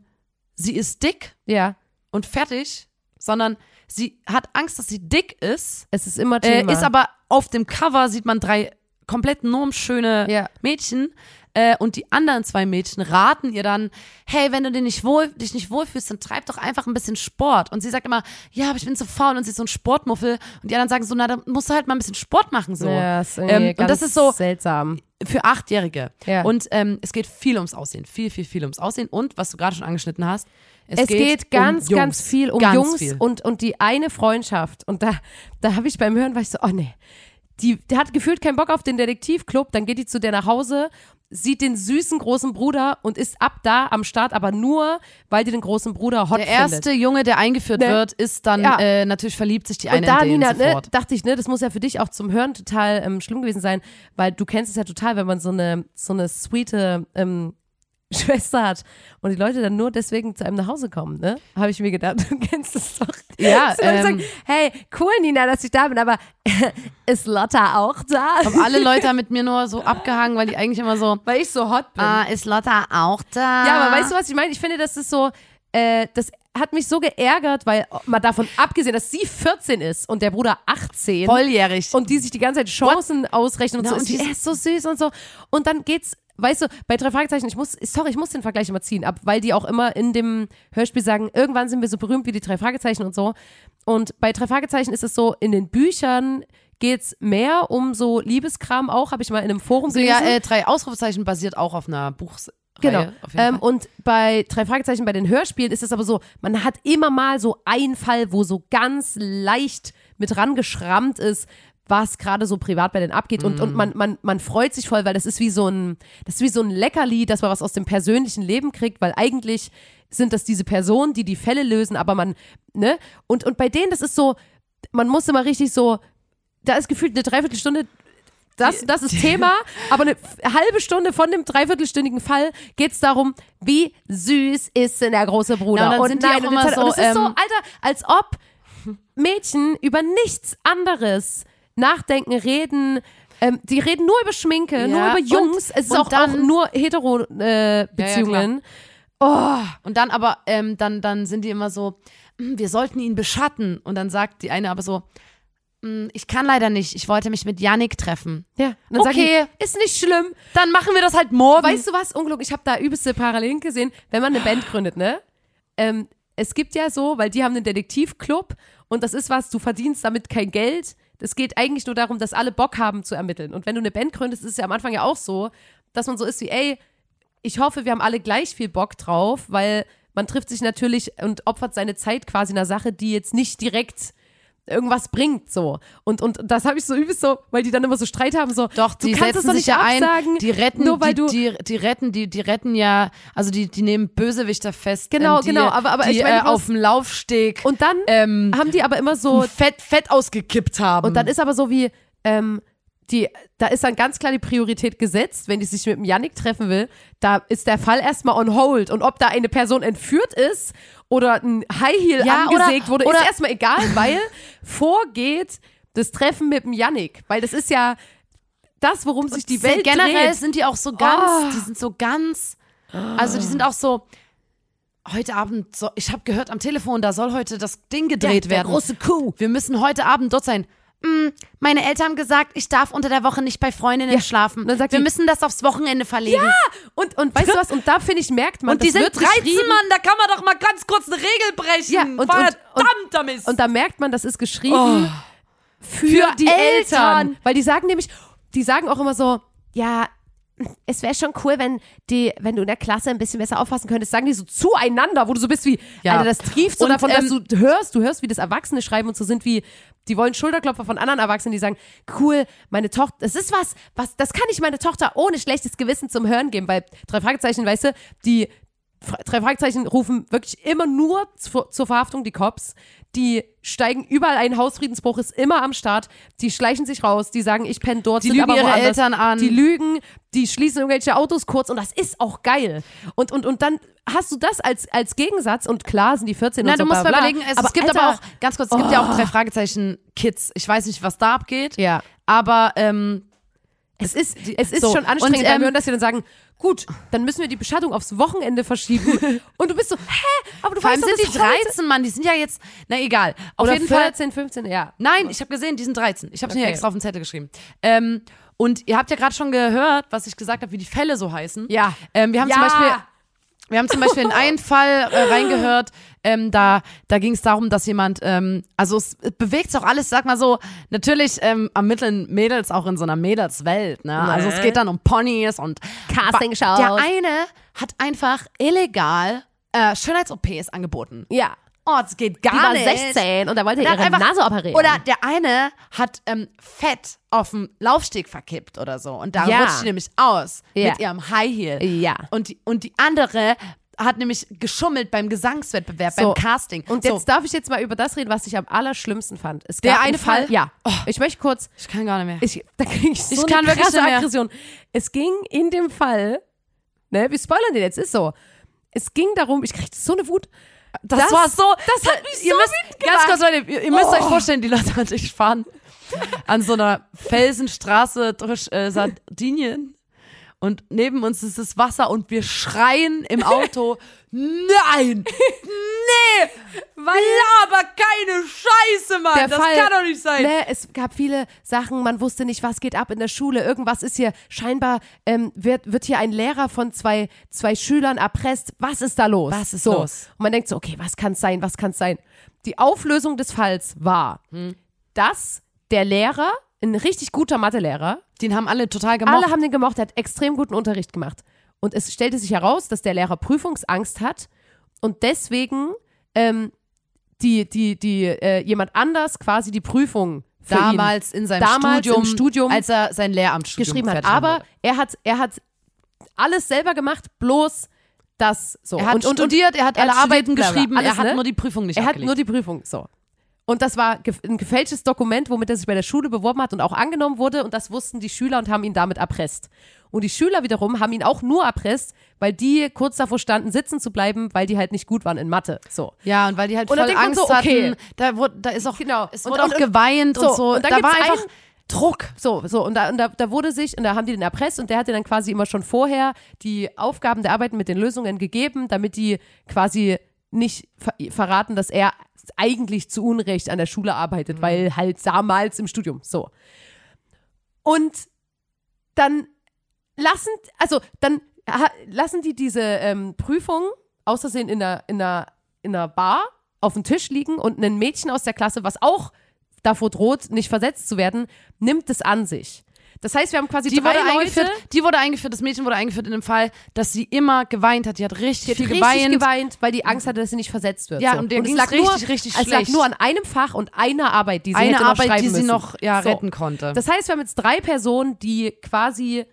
Speaker 3: sie ist dick
Speaker 2: ja,
Speaker 3: und fertig, sondern sie hat Angst, dass sie dick ist
Speaker 2: es ist immer
Speaker 3: Äh,
Speaker 2: Thema.
Speaker 3: ist aber auf dem Cover sieht man drei komplett normschöne
Speaker 2: Ja.
Speaker 3: Mädchen. Äh, und die anderen zwei Mädchen raten ihr dann, hey, wenn du dich nicht, wohl, dich nicht wohlfühlst, dann treib doch einfach ein bisschen Sport. Und sie sagt immer, ja, aber ich bin so faul und sie ist so ein Sportmuffel. Und die anderen sagen so, na, dann musst du halt mal ein bisschen Sport machen. So.
Speaker 2: Ja, ist
Speaker 3: Ähm,
Speaker 2: irgendwie
Speaker 3: und
Speaker 2: ganz
Speaker 3: das ist so,
Speaker 2: seltsam.
Speaker 3: für Achtjährige.
Speaker 2: Ja.
Speaker 3: Und ähm, es geht viel ums Aussehen. Viel, viel, viel ums Aussehen. Und was du gerade schon angeschnitten hast, es,
Speaker 2: Es, geht, ganz,
Speaker 3: um
Speaker 2: ganz
Speaker 3: Jungs.
Speaker 2: viel um
Speaker 3: Ganz
Speaker 2: Jungs
Speaker 3: viel.
Speaker 2: Und, und die eine Freundschaft. Und da, da habe ich beim Hören, war ich so, oh nee, die, die hat gefühlt keinen Bock auf den Detektivclub, dann geht die zu der nach Hause, sieht den süßen großen Bruder und ist ab da am Start, aber nur, weil die den großen Bruder hot
Speaker 3: Der erste
Speaker 2: findet.
Speaker 3: Junge, der eingeführt
Speaker 2: Ne?
Speaker 3: wird, ist dann
Speaker 2: Ja.
Speaker 3: äh, natürlich verliebt sich die eine
Speaker 2: Und da,
Speaker 3: in den
Speaker 2: Nina, ne,
Speaker 3: sofort.
Speaker 2: dachte ich, ne, das muss ja für dich auch zum Hören total ähm, schlimm gewesen sein, weil du kennst es ja total, wenn man so eine, so eine sweete ähm, Schwester hat und die Leute dann nur deswegen zu einem nach Hause kommen, ne? Habe ich mir gedacht, du kennst es doch.
Speaker 3: Ja,
Speaker 2: So, ich sag,
Speaker 3: ähm,
Speaker 2: hey, cool, Nina, dass ich da bin, aber ist Lotta auch da?
Speaker 3: Haben alle Leute haben mit mir nur so abgehangen, weil die eigentlich immer so,
Speaker 2: Weil ich so hot bin.
Speaker 3: ah, ist Lotta auch da?
Speaker 2: Ja, aber weißt du, was ich meine? Ich finde, das ist so, äh, das hat mich so geärgert, weil mal davon abgesehen, dass sie 14 ist und der Bruder 18.
Speaker 3: volljährig.
Speaker 2: und die sich die ganze Zeit Chancen ausrechnen und
Speaker 3: Na,
Speaker 2: so.
Speaker 3: und
Speaker 2: Und die
Speaker 3: dieses-
Speaker 2: ist so süß und so. Und dann geht's, weißt du, bei drei Fragezeichen, ich muss, sorry, ich muss den Vergleich immer ziehen, ab, weil die auch immer in dem Hörspiel sagen, irgendwann sind wir so berühmt wie die drei Fragezeichen und so. Und bei drei Fragezeichen ist es so, in den Büchern geht's mehr um so Liebeskram auch, habe ich mal in einem Forum
Speaker 3: so,
Speaker 2: gelesen.
Speaker 3: ja, äh, drei Ausrufezeichen basiert auch auf einer Buchreihe.
Speaker 2: Genau.
Speaker 3: Auf jeden
Speaker 2: Ähm,
Speaker 3: Fall.
Speaker 2: und bei drei Fragezeichen bei den Hörspielen ist es aber so, man hat immer mal so einen Fall, wo so ganz leicht mit rangeschrammt ist, was gerade so privat bei denen abgeht. Und,
Speaker 3: Mm.
Speaker 2: und man, man, man freut sich voll, weil das ist wie so ein, das ist wie so ein Leckerli, dass man was aus dem persönlichen Leben kriegt, weil eigentlich sind das diese Personen, die die Fälle lösen, aber man, ne? Und, und bei denen, das ist so, man muss immer richtig so, da ist gefühlt eine Dreiviertelstunde das, das ist Thema, aber eine f- halbe Stunde von dem dreiviertelstündigen Fall geht es darum, wie süß ist denn der große Bruder.
Speaker 3: Ja, und dann sind die auch
Speaker 2: und,
Speaker 3: immer
Speaker 2: jetzt hat- und es
Speaker 3: so,
Speaker 2: ist so,
Speaker 3: ähm,
Speaker 2: Alter, als ob Mädchen über nichts anderes nachdenken, reden. Ähm, die reden nur über Schminke,
Speaker 3: Ja,
Speaker 2: nur über Jungs.
Speaker 3: und-
Speaker 2: es ist
Speaker 3: und
Speaker 2: auch,
Speaker 3: dann-
Speaker 2: auch nur äh, Hetero-Beziehungen.
Speaker 3: Und dann aber, ähm, dann, dann sind die immer so, "Hm, wir sollten ihn beschatten. Und dann sagt die eine aber so, "Hm, ich kann leider nicht, ich wollte mich mit Yannick treffen.
Speaker 2: ja, und dann
Speaker 3: Okay.
Speaker 2: sagen die, ist nicht schlimm.
Speaker 3: Dann machen wir das halt morgen.
Speaker 2: Weißt du was, Unglück? Ich habe da übelste Parallelen gesehen, wenn man eine Band gründet, ne? Ähm, es gibt ja so, weil die haben einen Detektivclub und das ist was, du verdienst damit kein Geld. Es geht eigentlich nur darum, dass alle Bock haben zu ermitteln. Und wenn du eine Band gründest, ist es ja am Anfang ja auch so, dass man so ist wie, ey, ich hoffe, wir haben alle gleich viel Bock drauf, weil man trifft sich natürlich und opfert seine Zeit quasi einer Sache, die jetzt nicht direkt irgendwas bringt so und und das habe ich so übelst so weil die dann immer so Streit haben so
Speaker 3: Doch,
Speaker 2: du
Speaker 3: die
Speaker 2: kannst das
Speaker 3: setzen
Speaker 2: doch nicht
Speaker 3: sich ja
Speaker 2: absagen,
Speaker 3: ein, die retten,
Speaker 2: nur weil
Speaker 3: die,
Speaker 2: du
Speaker 3: die, die retten, die, die retten ja, also die, die nehmen Bösewichter fest.
Speaker 2: Genau,
Speaker 3: die,
Speaker 2: genau, aber- aber
Speaker 3: die,
Speaker 2: ich meine
Speaker 3: äh,
Speaker 2: bloß-
Speaker 3: auf dem Laufsteg
Speaker 2: Und dann
Speaker 3: ähm,
Speaker 2: haben die aber immer so,
Speaker 3: fett, fett ausgekippt haben.
Speaker 2: und dann ist aber so wie, ähm, die, da ist dann ganz klar die Priorität gesetzt, wenn die sich mit dem Yannick treffen will, da ist der Fall erstmal on hold. Und ob da eine Person entführt ist oder ein High Heel
Speaker 3: Ja, oder-
Speaker 2: angesägt wurde,
Speaker 3: oder-
Speaker 2: ist erstmal egal, weil vorgeht das Treffen mit dem Yannick. Weil das ist ja das, worum sich die
Speaker 3: Sie-
Speaker 2: Welt
Speaker 3: generell
Speaker 2: dreht.
Speaker 3: sind die auch so ganz,
Speaker 2: Oh.
Speaker 3: die sind so ganz, also die sind auch so. Heute Abend, so, ich habe gehört am Telefon, da soll heute das Ding gedreht werden.
Speaker 2: Kuh.
Speaker 3: Wir müssen heute Abend dort sein. Hm, meine Eltern haben gesagt, ich darf unter der Woche nicht bei Freundinnen schlafen.
Speaker 2: dann sagt
Speaker 3: Wir
Speaker 2: die-
Speaker 3: müssen das aufs Wochenende verlegen.
Speaker 2: Und, und weißt du was? Und da finde ich, merkt man,
Speaker 3: und
Speaker 2: das
Speaker 3: die sind
Speaker 2: wird
Speaker 3: 13,
Speaker 2: geschrieben.
Speaker 3: Mann, da kann man doch mal ganz kurz eine Regel brechen.
Speaker 2: Ja, und- und-
Speaker 3: Verdammter Mist.
Speaker 2: Und da Oh, merkt man, das ist
Speaker 3: Oh.
Speaker 2: geschrieben für, die Eltern.
Speaker 3: Eltern.
Speaker 2: Weil die sagen nämlich, die sagen auch immer so, ja, es wäre schon cool, wenn die, wenn du in der Klasse ein bisschen besser aufpassen könntest, sagen die so zueinander, wo du so bist wie,
Speaker 3: Ja.
Speaker 2: Alter, das trieft so
Speaker 3: Und,
Speaker 2: davon, dass
Speaker 3: ähm,
Speaker 2: du hörst, du hörst, wie das Erwachsene schreiben und so sind wie, die wollen Schulterklopfer von anderen Erwachsenen, die sagen, cool, meine Tochter, das ist was, was, das kann ich meine Tochter ohne schlechtes Gewissen zum Hören geben, weil drei Fragezeichen, weißt du, die Fra- drei Fragezeichen rufen wirklich immer nur zu, zur Verhaftung die Cops. Die steigen überall ein, Hausfriedensbruch ist immer am Start. Die schleichen sich raus, die sagen, ich penne dort,
Speaker 3: Die
Speaker 2: sind
Speaker 3: lügen
Speaker 2: aber
Speaker 3: ihre
Speaker 2: woanders.
Speaker 3: Eltern an.
Speaker 2: Die lügen, die schließen irgendwelche Autos kurz und das ist auch geil. Und, und, und dann hast du das als, als Gegensatz und klar sind die 14
Speaker 3: Na,
Speaker 2: und so
Speaker 3: du musst
Speaker 2: bla,
Speaker 3: mal
Speaker 2: bla.
Speaker 3: überlegen, es, es gibt
Speaker 2: Alter, oh.
Speaker 3: aber auch, ganz kurz, es gibt ja auch drei Fragezeichen Kids. Ich weiß nicht, was da abgeht.
Speaker 2: Ja.
Speaker 3: Aber ähm,
Speaker 2: Es ist, es ist
Speaker 3: so.
Speaker 2: schon anstrengend
Speaker 3: Und,
Speaker 2: beim
Speaker 3: ähm,
Speaker 2: Hören, dass sie dann sagen, gut, dann müssen wir die Beschattung aufs Wochenende verschieben. und du bist so, hä? Aber du
Speaker 3: vor allem
Speaker 2: weißt doch,
Speaker 3: sind die
Speaker 2: dass heute-
Speaker 3: 13, Mann, die sind ja jetzt, na egal. Auf
Speaker 2: Oder
Speaker 3: jeden Fall.
Speaker 2: 14, 15, ja.
Speaker 3: Nein, ich habe gesehen, die sind 13. Ich habe es mir
Speaker 2: Okay.
Speaker 3: extra auf den Zettel geschrieben. Ähm, Und ihr habt ja gerade schon gehört, was ich gesagt habe, wie die Fälle so heißen.
Speaker 2: Ja.
Speaker 3: Ähm, wir haben zum
Speaker 2: Ja.
Speaker 3: Beispiel wir haben zum Beispiel in einen Fall äh, reingehört, ähm, da, da ging es darum, dass jemand, ähm, also es bewegt sich auch alles, sag mal so, natürlich ähm, ermitteln Mädels auch in so einer Mädelswelt, ne? Also es geht dann um Ponys und
Speaker 2: Castingshows.
Speaker 3: Der eine hat einfach illegal äh, Schönheits-OPs angeboten.
Speaker 2: Ja.
Speaker 3: Oh, das geht gar
Speaker 2: Die war
Speaker 3: nicht.
Speaker 2: 16 und da wollte er
Speaker 3: Der hat
Speaker 2: ihre
Speaker 3: einfach-
Speaker 2: Nase operieren.
Speaker 3: Oder der eine hat ähm, Fett auf dem Laufsteg verkippt oder so. Und da
Speaker 2: Ja.
Speaker 3: rutscht sie nämlich aus
Speaker 2: Ja.
Speaker 3: mit ihrem High Heel.
Speaker 2: Ja.
Speaker 3: Und die, und die andere hat nämlich geschummelt beim Gesangswettbewerb,
Speaker 2: So.
Speaker 3: beim Casting.
Speaker 2: Und
Speaker 3: so.
Speaker 2: jetzt darf ich jetzt mal über das reden, was ich am allerschlimmsten fand. Es
Speaker 3: Der
Speaker 2: gab
Speaker 3: eine
Speaker 2: einen Fall.
Speaker 3: Fall?
Speaker 2: Ja.
Speaker 3: Oh.
Speaker 2: Ich möchte kurz.
Speaker 3: ich kann gar nicht mehr.
Speaker 2: Ich, da krieg ich so
Speaker 3: Ich
Speaker 2: eine
Speaker 3: kann wirklich
Speaker 2: krasse
Speaker 3: nicht mehr.
Speaker 2: Aggression. Es ging in dem Fall. Ne, wir spoilern den jetzt, ist so. Es ging darum, ich krieg so eine Wut.
Speaker 3: das,
Speaker 2: das-
Speaker 3: war so. Oh. Das hat mich ihr
Speaker 2: so
Speaker 3: müsst,
Speaker 2: wütend
Speaker 3: Ganz
Speaker 2: gemacht.
Speaker 3: kurz, Leute, ihr, ihr müsst euch vorstellen, die Leute hatte ich fahren an so einer Felsenstraße durch äh, Sardinien. Und neben uns ist das Wasser und wir schreien im Auto, nein, nee, laber keine Scheiße, Mann,
Speaker 2: Der
Speaker 3: das
Speaker 2: Fall,
Speaker 3: kann doch nicht sein.
Speaker 2: Ne, es gab viele Sachen, man wusste nicht, was geht ab in der Schule. Irgendwas ist hier, scheinbar ähm, wird, wird hier ein Lehrer von zwei, zwei Schülern erpresst. Was ist da los?
Speaker 3: Was ist
Speaker 2: so.
Speaker 3: los?
Speaker 2: Und man denkt so, okay, was kann es sein, was kann es sein? Die Auflösung des Falls war,
Speaker 3: Hm.
Speaker 2: dass der Lehrer, ein richtig guter Mathelehrer,
Speaker 3: Den haben alle total gemocht.
Speaker 2: alle haben den gemocht, er hat extrem guten Unterricht gemacht. Und es stellte sich heraus, dass der Lehrer Prüfungsangst hat und deswegen ähm, die, die, die, äh, jemand anders quasi die Prüfung für ihn
Speaker 3: damals in seinem
Speaker 2: Damals im
Speaker 3: Studium,
Speaker 2: Studium
Speaker 3: als er sein Lehramtsstudium
Speaker 2: geschrieben hat.
Speaker 3: fertig haben
Speaker 2: Aber
Speaker 3: wollte.
Speaker 2: er hat, er hat alles selber gemacht, bloß das so.
Speaker 3: er hat
Speaker 2: und, und, und
Speaker 3: studiert, er hat
Speaker 2: er hat
Speaker 3: alle Arbeiten
Speaker 2: studiert, bla, bla,
Speaker 3: geschrieben,
Speaker 2: alles,
Speaker 3: er hat
Speaker 2: ne?
Speaker 3: nur die Prüfung nicht
Speaker 2: er hat
Speaker 3: abgelegt.
Speaker 2: nur die Prüfung, so. Und das war ge ein gefälschtes Dokument, womit er sich bei der Schule beworben hat und auch angenommen wurde. Und das wussten die Schüler und haben ihn damit erpresst. Und die Schüler wiederum haben ihn auch nur erpresst, weil die kurz davor standen, sitzen zu bleiben, weil die halt nicht gut waren in Mathe. So.
Speaker 3: Ja, und weil die halt
Speaker 2: Und dann
Speaker 3: voll
Speaker 2: denkt man
Speaker 3: Angst
Speaker 2: so, okay.
Speaker 3: hatten. Da, wurde, da ist auch,
Speaker 2: Genau.
Speaker 3: es
Speaker 2: Und-
Speaker 3: wurde
Speaker 2: und-
Speaker 3: auch geweint und
Speaker 2: so,
Speaker 3: so.
Speaker 2: und dann
Speaker 3: da
Speaker 2: gibt's
Speaker 3: war einfach
Speaker 2: einen-
Speaker 3: Druck.
Speaker 2: So, so, und da, und da, da wurde sich, und da haben die den erpresst und der hat dir dann quasi immer schon vorher die Aufgaben der Arbeiten mit den Lösungen gegeben, damit die quasi nicht ver verraten, dass er eigentlich zu Unrecht an der Schule arbeitet,
Speaker 3: Mhm.
Speaker 2: weil halt damals im Studium, so. Und dann lassen, also dann ha- lassen die diese ähm, Prüfung aus Versehen in einer, in, einer, in einer Bar auf dem Tisch liegen und ein Mädchen aus der Klasse, was auch davor droht, nicht versetzt zu werden, nimmt es an sich. Das heißt, wir haben quasi
Speaker 3: Die
Speaker 2: drei
Speaker 3: wurde, eingeführt,
Speaker 2: Leute,
Speaker 3: die wurde eingeführt, das Mädchen wurde eingeführt in dem Fall, dass sie immer geweint hat. Die hat richtig
Speaker 2: die hat
Speaker 3: viel
Speaker 2: richtig
Speaker 3: geweint.
Speaker 2: geweint. weil die Angst hatte, dass sie nicht versetzt wird.
Speaker 3: Ja,
Speaker 2: so.
Speaker 3: und der
Speaker 2: es
Speaker 3: ging's
Speaker 2: lag
Speaker 3: richtig,
Speaker 2: nur,
Speaker 3: richtig
Speaker 2: Es lag
Speaker 3: schlecht.
Speaker 2: nur an einem Fach und einer Arbeit, die sie
Speaker 3: Eine
Speaker 2: hätte noch
Speaker 3: Arbeit,
Speaker 2: schreiben
Speaker 3: die sie
Speaker 2: müssen.
Speaker 3: noch ja,
Speaker 2: So.
Speaker 3: retten konnte.
Speaker 2: Das heißt, wir haben jetzt drei Personen, die quasi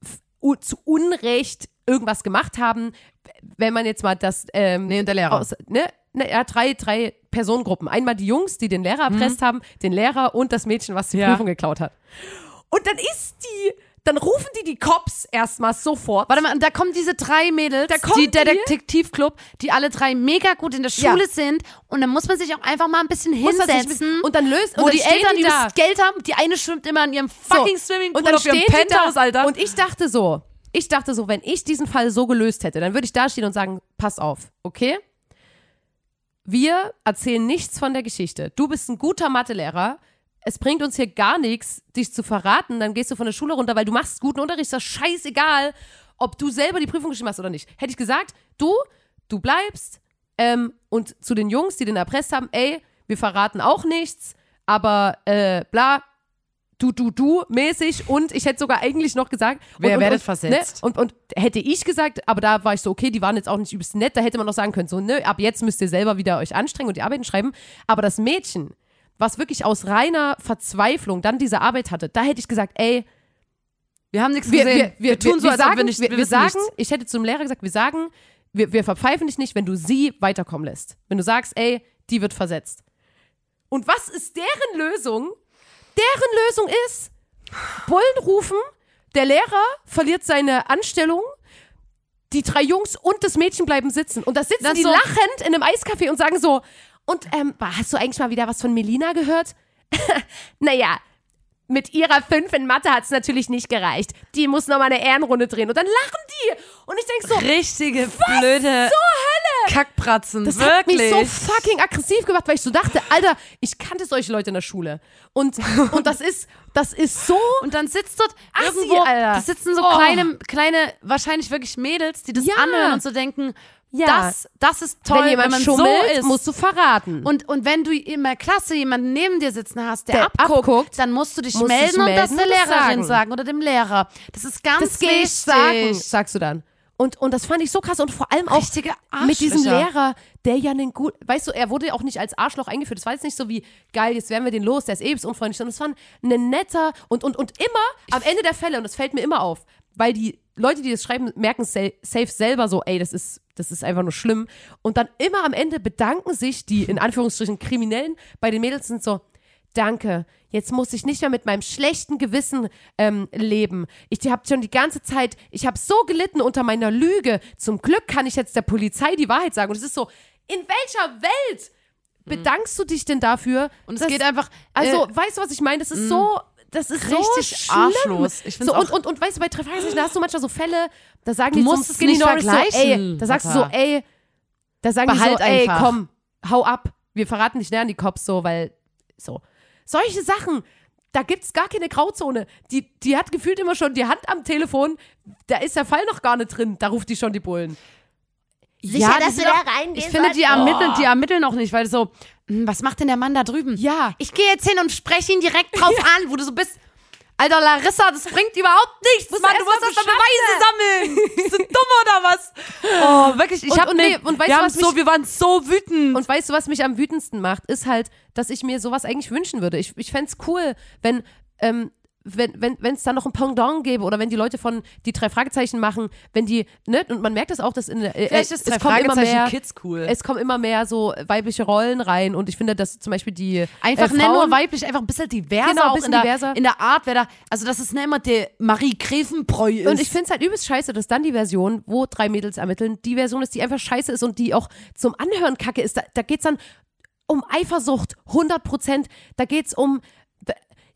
Speaker 2: f- u- zu Unrecht irgendwas gemacht haben, wenn man jetzt mal das ähm,
Speaker 3: nee, und der Lehrer.
Speaker 2: aus, ne, ne, ja, drei, drei Personengruppen. Einmal die Jungs, die den Lehrer erpresst haben, den Lehrer und das Mädchen, was die
Speaker 3: Mhm. Ja.
Speaker 2: Prüfung geklaut hat. Und dann ist die, dann rufen die die Cops erstmal sofort.
Speaker 3: Warte mal, und da kommen diese drei Mädels,
Speaker 2: Da kommen
Speaker 3: die
Speaker 2: die.
Speaker 3: der Detektivclub, die alle drei mega gut in der
Speaker 2: Ja.
Speaker 3: Schule sind. Und dann muss man sich auch einfach mal ein bisschen
Speaker 2: Muss das nicht
Speaker 3: hinsetzen.
Speaker 2: mit- Und dann löst,
Speaker 3: wo
Speaker 2: und dann
Speaker 3: die
Speaker 2: stehen
Speaker 3: Eltern
Speaker 2: die da.
Speaker 3: übelst Geld haben. Die eine schwimmt immer in ihrem
Speaker 2: So.
Speaker 3: fucking Swimmingpool
Speaker 2: und dann
Speaker 3: auf ihrem
Speaker 2: stehen die
Speaker 3: Penthouse,
Speaker 2: da.
Speaker 3: Alter.
Speaker 2: Und ich dachte so, ich dachte so, wenn ich diesen Fall so gelöst hätte, dann würde ich dastehen und sagen, pass auf, okay? Wir erzählen nichts von der Geschichte. Du bist ein guter Mathelehrer. Es bringt uns hier gar nichts, dich zu verraten. Dann gehst du von der Schule runter, weil du machst guten Unterricht. Ist das scheißegal, ob du selber die Prüfung geschrieben hast oder nicht. Hätte ich gesagt, du, du bleibst. Ähm, und zu den Jungs, die den erpresst haben, ey, wir verraten auch nichts, aber äh, bla, du, du, du mäßig und ich hätte sogar eigentlich noch gesagt.
Speaker 3: Wer
Speaker 2: und, und,
Speaker 3: werdet
Speaker 2: und,
Speaker 3: versetzt?
Speaker 2: Ne, und, und hätte ich gesagt, aber da war ich so, okay, die waren jetzt auch nicht übelst nett, da hätte man noch sagen können, so, ne, ab jetzt müsst ihr selber wieder euch anstrengen und die Arbeiten schreiben. Aber das Mädchen, was wirklich aus reiner Verzweiflung dann diese Arbeit hatte, da hätte ich gesagt, ey,
Speaker 3: wir haben nichts
Speaker 2: wir,
Speaker 3: gesehen.
Speaker 2: wir, wir,
Speaker 3: tun so, als
Speaker 2: sagen,
Speaker 3: ob wir nicht
Speaker 2: wir, wir
Speaker 3: wissen
Speaker 2: sagen,
Speaker 3: nichts.
Speaker 2: ich hätte zum Lehrer gesagt, wir sagen, wir, wir verpfeifen dich nicht, wenn du sie weiterkommen lässt. Wenn du sagst, ey, die wird versetzt. Und was ist deren Lösung? Deren Lösung ist, Bullen rufen, der Lehrer verliert seine Anstellung, die drei Jungs und das Mädchen bleiben sitzen. Und da sitzen
Speaker 3: Das
Speaker 2: die
Speaker 3: so-
Speaker 2: lachend in einem Eiscafé und sagen so, und ähm, hast du eigentlich mal wieder was von Melina gehört? naja, mit ihrer 5 in Mathe hat es natürlich nicht gereicht. Die muss nochmal eine Ehrenrunde drehen. Und dann lachen die. Und ich denke so,
Speaker 3: richtige blöde Kackpratzen,
Speaker 2: Das hat
Speaker 3: wirklich.
Speaker 2: mich so fucking aggressiv gemacht, weil ich so dachte, Alter, ich kannte solche Leute in der Schule. Und, und das ist, das ist so.
Speaker 3: und dann sitzt dort
Speaker 2: Assi,
Speaker 3: irgendwo,
Speaker 2: Alter.
Speaker 3: das sitzen so
Speaker 2: Oh.
Speaker 3: kleine, kleine, wahrscheinlich wirklich Mädels, die das
Speaker 2: Ja.
Speaker 3: anhören und so denken,
Speaker 2: Ja.
Speaker 3: das, das ist toll, wenn, man so ist.
Speaker 2: musst du verraten.
Speaker 3: und, und wenn du in der Klasse jemanden neben dir sitzen hast, der,
Speaker 2: Der
Speaker 3: abguckt,
Speaker 2: abguckt,
Speaker 3: dann musst du dich
Speaker 2: musst
Speaker 3: melden,
Speaker 2: dich
Speaker 3: und das
Speaker 2: melden
Speaker 3: der
Speaker 2: und das
Speaker 3: Lehrerin sagen.
Speaker 2: sagen.
Speaker 3: oder dem Lehrer. Das ist ganz
Speaker 2: das
Speaker 3: wichtig.
Speaker 2: geht sagen, sagst du dann. Und, und das fand ich so krass und vor allem auch
Speaker 3: Richtige
Speaker 2: mit diesem
Speaker 3: Arschlöcher.
Speaker 2: Lehrer, der ja einen gut, weißt du, er wurde ja auch nicht als Arschloch eingeführt. Das war jetzt nicht so wie, geil, jetzt werden wir den los, der ist eh unfreundlich, sondern es war ein netter und, und, und immer am Ende der Fälle, und das fällt mir immer auf, weil die Leute, die das schreiben, merken sa- safe selber so, ey, das ist, das ist einfach nur schlimm. Und dann immer am Ende bedanken sich die, in Anführungsstrichen, Kriminellen bei den Mädels sind so, Danke. Jetzt muss ich nicht mehr mit meinem schlechten Gewissen ähm, leben. Ich habe schon die ganze Zeit, ich habe so gelitten unter meiner Lüge. Zum Glück kann ich jetzt der Polizei die Wahrheit sagen. Und es ist so, in welcher Welt bedankst du dich denn dafür?
Speaker 3: Mhm. Und es
Speaker 2: dass-
Speaker 3: geht einfach, äh,
Speaker 2: Also, weißt du, was ich meine? Das ist so, das ist so
Speaker 3: Richtig
Speaker 2: schlimm.
Speaker 3: arschlos. Ich find's
Speaker 2: so, und,
Speaker 3: auch-
Speaker 2: und, und weißt du, bei drei Fragezeichen, da hast du manchmal so Fälle, da sagen
Speaker 3: Du
Speaker 2: die zum
Speaker 3: musst es
Speaker 2: Skinny
Speaker 3: nicht
Speaker 2: Norris so,
Speaker 3: vergleichen,
Speaker 2: ey, da sagst du so,
Speaker 3: Papa.
Speaker 2: ey, da sagen
Speaker 3: Behalt
Speaker 2: die so, ey,
Speaker 3: einfach.
Speaker 2: komm, hau ab. Wir verraten dich näher an die Cops so, weil so. Solche Sachen, da gibt's gar keine Grauzone. Die, die hat gefühlt immer schon die Hand am Telefon, da ist der Fall noch gar nicht drin, da ruft die schon die Bullen.
Speaker 3: Sicher, ja, dass du da Ich finde,
Speaker 2: halt
Speaker 3: die ermitteln,
Speaker 2: Oh.
Speaker 3: die ermitteln noch nicht, weil so, hm, was macht denn der Mann da drüben?
Speaker 2: Ja.
Speaker 3: Ich gehe jetzt hin und spreche ihn direkt drauf an, wo du so bist. Alter, Larissa, das bringt überhaupt nichts, Mann. Du musst
Speaker 2: erst mal
Speaker 3: erst mal Beweise sammeln. Bist du dumm oder was? Oh, wirklich. Ich
Speaker 2: Und-
Speaker 3: hab,
Speaker 2: und nee, und weißt
Speaker 3: wir,
Speaker 2: du,
Speaker 3: haben
Speaker 2: was
Speaker 3: so,
Speaker 2: mich-
Speaker 3: wir waren so wütend.
Speaker 2: Und weißt du, was mich am wütendsten macht, ist halt, dass ich mir sowas eigentlich wünschen würde. Ich, ich fänd's cool, wenn, ähm, wenn, wenn, wenn es da noch ein Pendant gäbe oder wenn die Leute von die drei Fragezeichen machen, wenn die, ne, und man merkt das auch, dass in der, äh,
Speaker 3: Vielleicht
Speaker 2: äh,
Speaker 3: ist drei
Speaker 2: es kommen immer
Speaker 3: Fragezeichen
Speaker 2: mehr,
Speaker 3: Kids cool.
Speaker 2: es kommen immer mehr so weibliche Rollen rein und ich finde, dass zum Beispiel die
Speaker 3: Einfach
Speaker 2: äh,
Speaker 3: nicht nur
Speaker 2: Frauen,
Speaker 3: weiblich, einfach ein bisschen diverser,
Speaker 2: Genau, ein
Speaker 3: auch
Speaker 2: bisschen
Speaker 3: in, der,
Speaker 2: diverser.
Speaker 3: in der Art, wer da, also dass es nicht immer die Marie Grevenbräu ist.
Speaker 2: Und ich finde es halt übelst scheiße, dass dann die Version, wo drei Mädels ermitteln, die Version ist, die einfach scheiße ist und die auch zum Anhören kacke ist. Da, da geht es dann um Eifersucht, 100 Prozent. Da geht es um,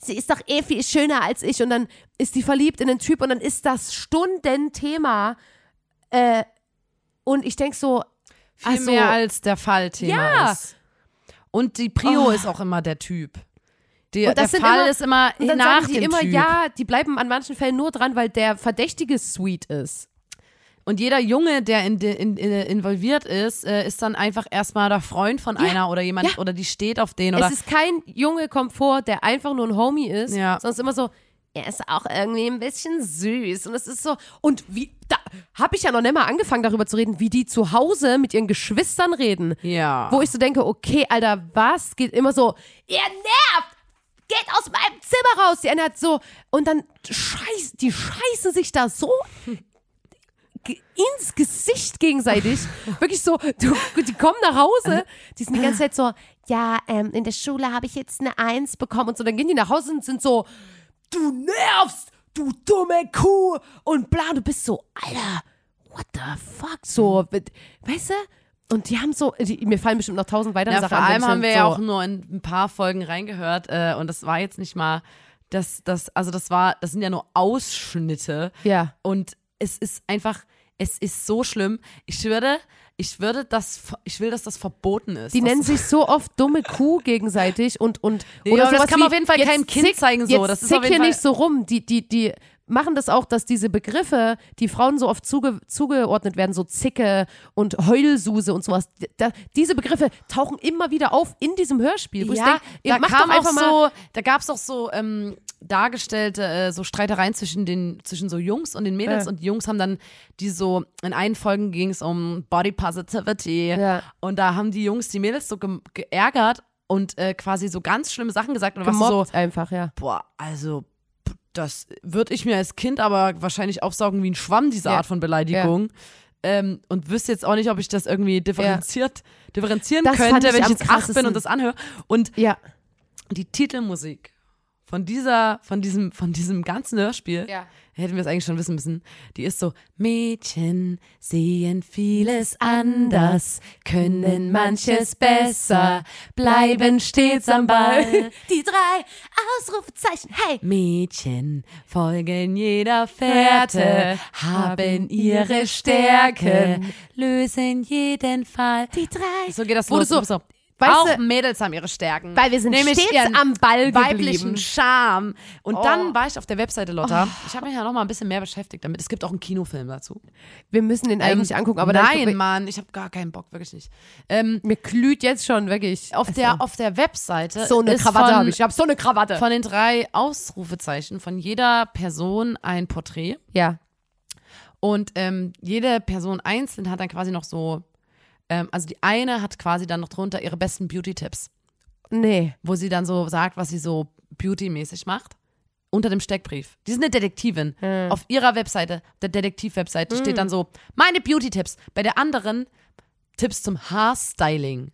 Speaker 2: sie ist doch eh viel schöner als ich und dann ist die verliebt in den Typ und dann ist das Stundenthema. Äh, und ich denke so,
Speaker 3: viel
Speaker 2: also-
Speaker 3: mehr als der Fallthema
Speaker 2: Ja.
Speaker 3: ist. Und die Prio ist auch immer der Typ. Die,
Speaker 2: Und das sind
Speaker 3: der Fall
Speaker 2: immer-
Speaker 3: ist immer
Speaker 2: und dann
Speaker 3: eh nach
Speaker 2: sagen die
Speaker 3: dem
Speaker 2: immer,
Speaker 3: Typ.
Speaker 2: ja, die bleiben an manchen Fällen nur dran, weil der Verdächtige sweet ist.
Speaker 3: Und jeder Junge, der in, de- in, in, involviert ist, äh, ist dann einfach erstmal der Freund von einer oder jemand
Speaker 2: ja.
Speaker 3: oder die steht auf den oder
Speaker 2: es ist kein Junge kommt vor, der einfach nur ein Homie ist,
Speaker 3: Ja.
Speaker 2: sonst immer so, er ist auch irgendwie ein bisschen süß. Und es ist so, und wie, da habe ich ja noch nicht mal angefangen, darüber zu reden, wie die zu Hause mit ihren Geschwistern reden.
Speaker 3: ja.
Speaker 2: Wo ich so denke, okay, Alter, was geht immer so, ihr nervt! Geht aus meinem Zimmer raus! Die eine hat so, und dann scheiß, die scheißen sich da so ge- ins Gesicht gegenseitig. Wirklich so, du, die kommen nach Hause, die sind die ganze Zeit so, ja, ähm, in der Schule habe ich jetzt eine Eins bekommen und so. Dann gehen die nach Hause und sind so, du nervst, du dumme Kuh und bla, du bist so, Alter, what the fuck, so,
Speaker 3: Mhm.
Speaker 2: we- weißt du? Und die haben so, die, mir fallen bestimmt noch tausend weitere
Speaker 3: ja,
Speaker 2: Sachen
Speaker 3: vor
Speaker 2: an, wenn
Speaker 3: allem
Speaker 2: ich
Speaker 3: haben
Speaker 2: dann
Speaker 3: wir
Speaker 2: so,
Speaker 3: ja auch nur in ein paar Folgen reingehört äh, und das war jetzt nicht mal das das also das war das sind ja nur Ausschnitte
Speaker 2: Ja.
Speaker 3: Und es ist einfach, es ist so schlimm. Ich würde, ich würde das, ich will, dass das verboten ist.
Speaker 2: Die
Speaker 3: Das-
Speaker 2: nennen sich so oft dumme Kuh gegenseitig und und
Speaker 3: Nee,
Speaker 2: oder
Speaker 3: aber das
Speaker 2: sowas
Speaker 3: kann man
Speaker 2: wie,
Speaker 3: auf jeden Fall
Speaker 2: jetzt
Speaker 3: keinem Kind
Speaker 2: zick-
Speaker 3: zeigen so.
Speaker 2: Jetzt
Speaker 3: Das ist
Speaker 2: zick
Speaker 3: auf jeden
Speaker 2: hier
Speaker 3: Fall-
Speaker 2: nicht so rum. Die die die machen das auch, dass diese Begriffe, die Frauen so oft zuge, zugeordnet werden, so Zicke und Heulsuse und sowas. Da, diese Begriffe tauchen immer wieder auf in diesem Hörspiel. Wo
Speaker 3: ja,
Speaker 2: ich denk,
Speaker 3: da
Speaker 2: mach
Speaker 3: kam
Speaker 2: doch
Speaker 3: auch
Speaker 2: einfach mal.
Speaker 3: so, da gab es auch so ähm, dargestellte äh, so Streitereien zwischen den zwischen so Jungs und den Mädels
Speaker 2: Äh.
Speaker 3: und die Jungs haben dann die so in einen Folgen ging es um Body Positivity
Speaker 2: Ja.
Speaker 3: und da haben die Jungs die Mädels so ge geärgert und äh, quasi so ganz schlimme Sachen gesagt und was
Speaker 2: gemobbt
Speaker 3: so
Speaker 2: einfach, ja.
Speaker 3: boah, also p- das würde ich mir als Kind aber wahrscheinlich aufsaugen wie ein Schwamm, diese
Speaker 2: Ja.
Speaker 3: Art von Beleidigung. Ähm, und wüsste jetzt auch nicht, ob ich das irgendwie differenziert, differenzieren
Speaker 2: Das fand
Speaker 3: könnte,
Speaker 2: ich
Speaker 3: wenn ich
Speaker 2: am
Speaker 3: jetzt acht bin
Speaker 2: krassesten.
Speaker 3: und das anhöre. Und
Speaker 2: Ja.
Speaker 3: die Titelmusik von dieser, von diesem, von diesem ganzen Hörspiel,
Speaker 2: Ja.
Speaker 3: hätten wir es eigentlich schon wissen müssen, die ist so, Mädchen sehen vieles anders, können manches besser, bleiben stets am Ball.
Speaker 1: Die drei Ausrufezeichen, hey!
Speaker 3: Hm. Mädchen folgen jeder Fährte, haben ihre Stärken, lösen jeden Fall.
Speaker 1: Die drei
Speaker 3: So geht das
Speaker 2: Wurde
Speaker 3: los.
Speaker 2: so-
Speaker 3: Muss so.
Speaker 2: Weißt
Speaker 3: Auch
Speaker 2: du-
Speaker 3: Mädels haben ihre Stärken.
Speaker 2: Weil wir sind
Speaker 3: Nämlich
Speaker 2: stets
Speaker 3: ihren
Speaker 2: am Ball
Speaker 3: weiblichen
Speaker 2: geblieben.
Speaker 3: Charme. Und
Speaker 2: Oh.
Speaker 3: dann war ich auf der Webseite, Lotta. Ich habe mich ja noch mal ein bisschen mehr beschäftigt damit. Es gibt auch einen Kinofilm dazu. Ähm,
Speaker 2: Wir müssen den eigentlich angucken, aber
Speaker 3: Nein,
Speaker 2: dann,
Speaker 3: Mann, ich habe gar keinen Bock, wirklich nicht. Ähm,
Speaker 2: mir glüht jetzt schon wirklich. Also
Speaker 3: auf, der, auf der Webseite
Speaker 2: so eine
Speaker 3: ist
Speaker 2: Krawatte
Speaker 3: von,
Speaker 2: habe ich. Ich habe so eine Krawatte.
Speaker 3: von den drei Ausrufezeichen von jeder Person ein Porträt.
Speaker 2: ja.
Speaker 3: Und ähm, jede Person einzeln hat dann quasi noch so, ähm, also die eine hat quasi dann noch drunter ihre besten Beauty-Tipps,
Speaker 2: Nee.
Speaker 3: wo sie dann so sagt, was sie so beauty-mäßig macht. Unter dem Steckbrief. Die ist eine Detektivin.
Speaker 2: Hm.
Speaker 3: Auf ihrer Webseite, der Detektiv-Webseite, steht dann so, meine Beauty-Tipps. Bei der anderen Tipps zum Haarstyling.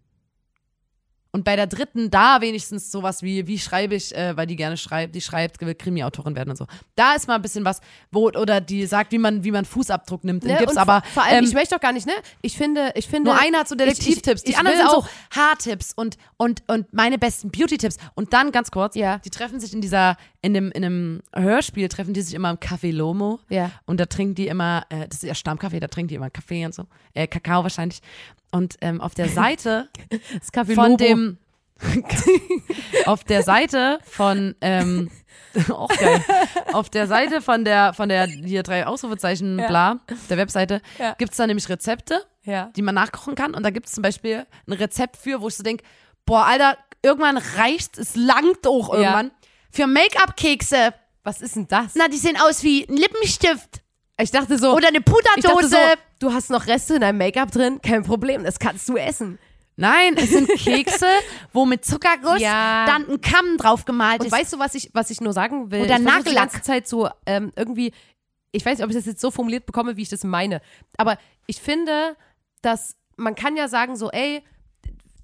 Speaker 3: Und bei der dritten, da wenigstens sowas wie, wie schreibe ich, äh, weil die gerne schreibt, die schreibt, will Krimi-Autorin werden und so. Da ist mal ein bisschen was, wo, oder die sagt, wie man, wie man Fußabdruck nimmt in
Speaker 2: Ne?
Speaker 3: Gips,
Speaker 2: Und
Speaker 3: aber
Speaker 2: vor allem,
Speaker 3: ähm,
Speaker 2: ich möchte doch gar nicht, ne? Ich finde, ich finde.
Speaker 3: nur einer hat so
Speaker 2: Ne, Ich- ich-
Speaker 3: Detektivtipps,
Speaker 2: ich
Speaker 3: die anderen
Speaker 2: will
Speaker 3: sind
Speaker 2: auch.
Speaker 3: so Haartipps und, und, und meine besten Beauty-Tipps. Und dann ganz kurz,
Speaker 2: Ja.
Speaker 3: die treffen sich in dieser, in dem, in einem Hörspiel, treffen die sich immer im Café Lomo.
Speaker 2: Ja.
Speaker 3: Und da trinken die immer, äh, das ist ihr Stammcafé, da trinken die immer Kaffee und so, äh, Kakao wahrscheinlich. Und ähm, auf der Seite
Speaker 2: Das Café
Speaker 3: von
Speaker 2: Lobo.
Speaker 3: dem auf der Seite von ähm, auch geil. auf der Seite von der von der hier drei Ausrufezeichen bla der Webseite
Speaker 2: Ja.
Speaker 3: gibt's da nämlich Rezepte
Speaker 2: Ja.
Speaker 3: die man nachkochen kann und da gibt's zum Beispiel ein Rezept für wo ich so denk boah alter irgendwann reicht es langt auch
Speaker 2: Ja.
Speaker 3: irgendwann für Make-up Kekse
Speaker 2: Was ist denn das?
Speaker 3: na die sehen aus wie ein Lippenstift
Speaker 2: ich dachte so.
Speaker 3: oder eine
Speaker 2: ich dachte
Speaker 3: Puderdose
Speaker 2: so, du hast noch Reste in deinem Make-up drin, kein Problem, das kannst du essen.
Speaker 3: nein es sind Kekse wo mit Zuckerguss
Speaker 2: Ja.
Speaker 3: dann ein Kamm drauf gemalt
Speaker 2: Und
Speaker 3: ist
Speaker 2: weißt du, was ich, was ich nur sagen will?
Speaker 3: Oder
Speaker 2: ich versuch die
Speaker 3: Nagellack.
Speaker 2: ganze Zeit so ähm, irgendwie, ich weiß nicht, ob ich das jetzt so formuliert bekomme, wie ich das meine. Aber ich finde, dass man kann ja sagen so, ey,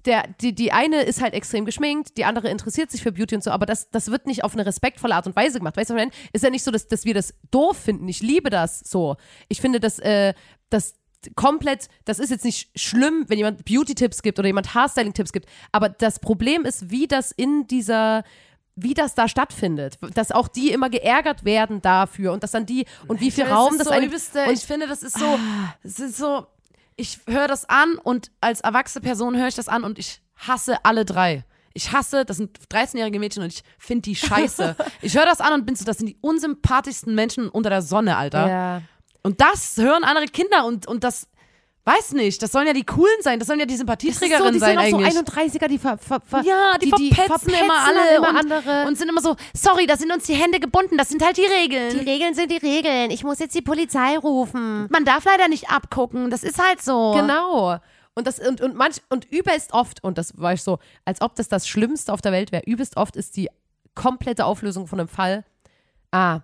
Speaker 2: der, die, die eine ist halt extrem geschminkt, die andere interessiert sich für Beauty und so, aber das, das wird nicht auf eine respektvolle Art und Weise gemacht. Weißt du, was ich meine? ist ja nicht so, dass, dass wir das doof finden. Ich liebe das so. Ich finde, dass äh, das komplett, das ist jetzt nicht schlimm, wenn jemand Beauty-Tipps gibt oder jemand Haarstyling-Tipps gibt, aber das Problem ist, wie das in dieser wie das da stattfindet, dass auch die immer geärgert werden dafür und dass dann die und wie viel
Speaker 3: Ja,
Speaker 2: Raum das
Speaker 3: das Ah. ist so
Speaker 2: einem-
Speaker 3: übelste,
Speaker 2: und
Speaker 3: ich finde, das ist so, es ist so, ich höre das an und als erwachsene Person höre ich das an und ich hasse alle drei. Ich hasse, das sind 13-jährige Mädchen und ich finde die scheiße. ich höre das an und bin so, das sind die unsympathischsten Menschen unter der Sonne, Alter.
Speaker 2: ja.
Speaker 3: Und das hören andere Kinder und, und das, weiß nicht, das sollen ja die Coolen sein, das sollen ja die
Speaker 2: Das ist so,
Speaker 3: Sympathieträgerinnen
Speaker 2: die
Speaker 3: sein
Speaker 2: sind auch so
Speaker 3: eigentlich.
Speaker 2: 31er, die ver, ver, ver,
Speaker 3: ja, die, verpetzen, immer
Speaker 2: verpetzen
Speaker 3: alle
Speaker 2: dann
Speaker 3: und,
Speaker 2: immer andere.
Speaker 3: und sind immer so, sorry, da sind uns die Hände gebunden, das sind halt die Regeln.
Speaker 1: Regeln sind die Regeln. Ich muss jetzt die Polizei rufen.
Speaker 3: man darf leider nicht abgucken, das ist halt so.
Speaker 2: Genau. Und das und, und manch und übelst oft und das war ich so, als ob das das Schlimmste auf der Welt wäre. Übelst oft ist die komplette Auflösung von einem Fall. Ah,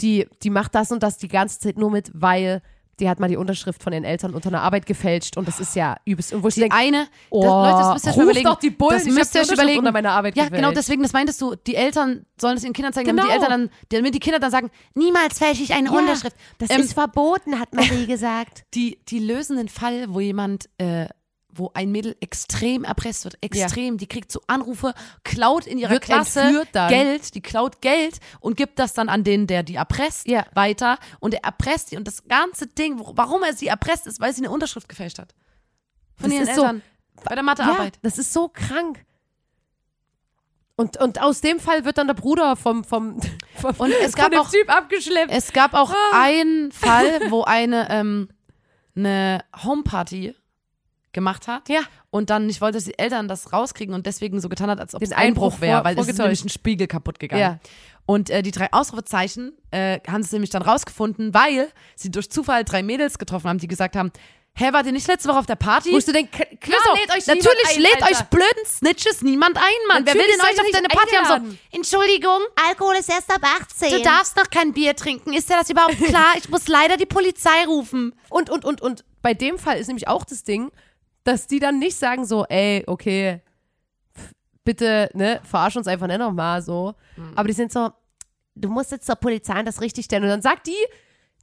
Speaker 2: die die macht das und das die ganze Zeit nur mit, weil die hat mal die Unterschrift von ihren Eltern unter einer Arbeit gefälscht und das ist ja übelst. Und wo ich denke,
Speaker 3: eine,
Speaker 2: oh,
Speaker 3: das, Leute, das müsst ihr euch
Speaker 2: ruft
Speaker 3: mal überlegen.
Speaker 2: doch die Bullen,
Speaker 3: das
Speaker 2: ich hab
Speaker 3: müsst
Speaker 2: die
Speaker 3: ihr euch
Speaker 2: Unterschrift
Speaker 3: überlegen.
Speaker 2: unter meiner Arbeit
Speaker 3: ja, genau,
Speaker 2: gefälscht.
Speaker 3: deswegen, das meintest du, die Eltern sollen es ihren Kindern zeigen, damit die
Speaker 2: Genau.
Speaker 3: Eltern dann, damit die Kinder dann sagen, niemals fälsche ich eine Unterschrift.
Speaker 1: Das
Speaker 3: Ähm,
Speaker 1: ist verboten, hat Marie gesagt.
Speaker 3: die, die lösen den Fall, wo jemand, äh, wo ein Mädel extrem erpresst wird, extrem, die kriegt so Anrufe, klaut in ihrer
Speaker 2: Wird
Speaker 3: Klasse
Speaker 2: entführt dann.
Speaker 3: Geld, die klaut Geld und gibt das dann an den, der die erpresst,
Speaker 2: Ja.
Speaker 3: weiter und der erpresst sie und das ganze Ding, wo- warum er sie erpresst, ist, weil sie eine Unterschrift gefälscht hat. Von
Speaker 2: Das
Speaker 3: ihren
Speaker 2: ist so-
Speaker 3: Eltern. bei der
Speaker 2: ja,
Speaker 3: Mathearbeit.
Speaker 2: das ist so krank. Und, und aus dem Fall wird dann der Bruder vom, vom, vom
Speaker 3: Und es
Speaker 2: von
Speaker 3: gab
Speaker 2: dem
Speaker 3: auch-
Speaker 2: Typ abgeschleppt.
Speaker 3: Es gab auch einen Fall, wo eine ähm, eine Homeparty gemacht hat
Speaker 2: Ja.
Speaker 3: und dann nicht wollte, dass die Eltern das rauskriegen und deswegen so getan hat, als ob es
Speaker 2: Den
Speaker 3: Einbruch
Speaker 2: Einbruch
Speaker 3: wäre,
Speaker 2: vor-
Speaker 3: weil es ist
Speaker 2: vorgetäuscht.
Speaker 3: nämlich ein Spiegel kaputt gegangen.
Speaker 2: Ja.
Speaker 3: Und äh, die drei Ausrufezeichen äh, haben es nämlich dann rausgefunden, weil sie durch Zufall drei Mädels getroffen haben, die gesagt haben, hä, wart ihr nicht letzte Woche auf der Party?
Speaker 2: Wo ich so denke, k- klar
Speaker 3: Also,
Speaker 2: lädt euch niemand
Speaker 3: natürlich
Speaker 2: ein,
Speaker 3: lädt
Speaker 2: Alter.
Speaker 3: euch blöden Snitches niemand ein, Mann. Wer will
Speaker 2: Natürlich
Speaker 3: denn
Speaker 2: seid
Speaker 3: euch auf
Speaker 2: ihr
Speaker 3: deine
Speaker 2: nicht
Speaker 3: Party haben?
Speaker 2: eingeladen.
Speaker 3: So, Entschuldigung,
Speaker 1: Alkohol ist erst ab 18.
Speaker 3: Du darfst noch kein Bier trinken. Ist dir das überhaupt klar? Ich muss leider die Polizei rufen.
Speaker 2: Und, und, und, und bei dem Fall ist nämlich auch das Ding, dass die dann nicht sagen so, ey, okay, pf, bitte, ne, verarsch uns einfach nicht nochmal so. Aber die sind so, du musst jetzt zur Polizei und das richtig stellen. Und dann sagt die,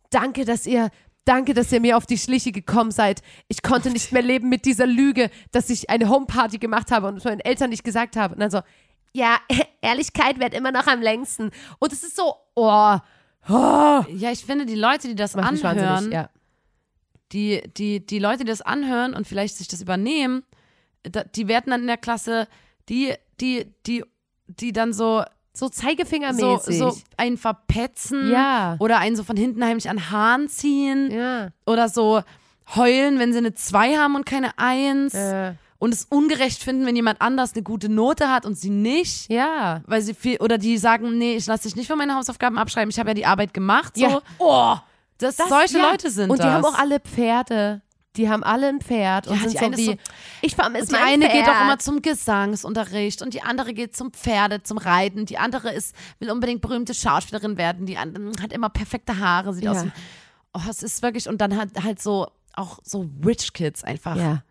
Speaker 2: danke, dass ihr, danke, dass ihr mir auf die Schliche gekommen seid. Ich konnte nicht mehr leben mit dieser Lüge, dass ich eine Homeparty gemacht habe und es meinen Eltern nicht gesagt habe. Und dann so, ja, Ehrlichkeit wird immer noch am längsten. Und es ist so, oh, oh
Speaker 3: Ja, ich finde, die Leute, die das
Speaker 2: macht mich
Speaker 3: anhören,
Speaker 2: wahnsinnig. Ja.
Speaker 3: die, die, die Leute, die das anhören und vielleicht sich das übernehmen, da, die werden dann in der Klasse, die, die, die, die dann so,
Speaker 2: So mm.
Speaker 3: so,
Speaker 2: Zeigefingermäßig.
Speaker 3: so einen verpetzen
Speaker 2: Ja.
Speaker 3: oder einen so von hinten heimlich an den Haaren ziehen
Speaker 2: ja.
Speaker 3: oder so heulen, wenn sie eine 2 haben und keine 1
Speaker 2: Äh,
Speaker 3: und es ungerecht finden, wenn jemand anders eine gute Note hat und sie nicht.
Speaker 2: ja.
Speaker 3: Weil sie viel, oder die sagen, nee, ich lasse dich nicht von meinen Hausaufgaben abschreiben, ich habe ja die Arbeit gemacht. So.
Speaker 2: Ja.
Speaker 3: Oh, das, solche
Speaker 2: ja.
Speaker 3: Leute sind
Speaker 2: Und die
Speaker 3: das.
Speaker 2: haben auch alle Pferde. Die haben alle ein Pferd und
Speaker 3: Ja, die
Speaker 2: sind
Speaker 3: eine
Speaker 2: so
Speaker 3: ist
Speaker 2: wie,
Speaker 3: so-
Speaker 2: ich vermisse
Speaker 3: Die eine geht auch immer zum Gesangsunterricht und die andere geht zum Pferde, zum Reiten. Die andere ist, will unbedingt berühmte Schauspielerin werden. Die andere hat immer perfekte Haare, sieht
Speaker 2: Ja.
Speaker 3: aus wie, oh, es ist wirklich, und dann hat halt so, auch so Rich Kids einfach.
Speaker 2: Ja.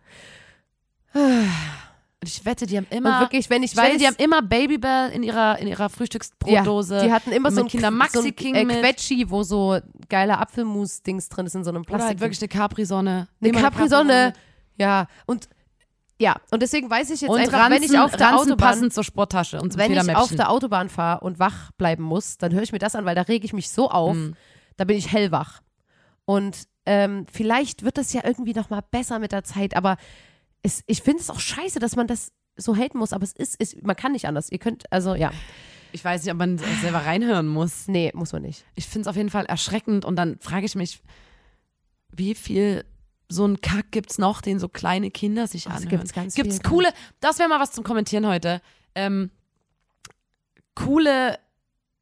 Speaker 3: Und ich wette, die haben
Speaker 2: Und
Speaker 3: immer,
Speaker 2: wirklich, wenn ich,
Speaker 3: ich
Speaker 2: weiß,
Speaker 3: wette, die haben immer Babybell in ihrer, in ihrer Frühstücksbrotdose.
Speaker 2: ja, die hatten immer
Speaker 3: mit
Speaker 2: so ein
Speaker 3: Kinder
Speaker 2: so
Speaker 3: Maxi
Speaker 2: ein,
Speaker 3: King
Speaker 2: äh,
Speaker 3: mit.
Speaker 2: Quetschi, wo so geiler Apfelmus-Dings drin ist in so einem
Speaker 3: Oder
Speaker 2: Plastik.
Speaker 3: halt wirklich eine Capri-Sonne.
Speaker 2: eine
Speaker 3: Immer
Speaker 2: Capri-Sonne. Ja, und ja, und deswegen weiß ich jetzt
Speaker 3: Und
Speaker 2: einfach, wenn ich auf der
Speaker 3: Ranzen
Speaker 2: Autobahn
Speaker 3: passend zur Sporttasche und zum
Speaker 2: wenn ich auf
Speaker 3: Federmäppchen.
Speaker 2: der Autobahn fahre und wach bleiben muss, dann höre ich mir das an, weil da rege ich mich so auf,
Speaker 3: Mhm.
Speaker 2: da bin ich hellwach. Und ähm, vielleicht wird das ja irgendwie nochmal besser mit der Zeit, aber es, ich finde es auch scheiße, dass man das so haten muss, aber es ist, ist, man kann nicht anders. Ihr könnt, also ja,
Speaker 3: ich weiß nicht, ob man selber reinhören muss.
Speaker 2: nee, muss man nicht.
Speaker 3: ich finde es auf jeden Fall erschreckend und dann frage ich mich, wie viel so ein Kack gibt's noch, den so kleine Kinder sich
Speaker 2: Also
Speaker 3: anhören.
Speaker 2: gibt's ganz
Speaker 3: ne. gibt's
Speaker 2: viel.
Speaker 3: coole, das wäre mal was zum Kommentieren heute. Ähm, coole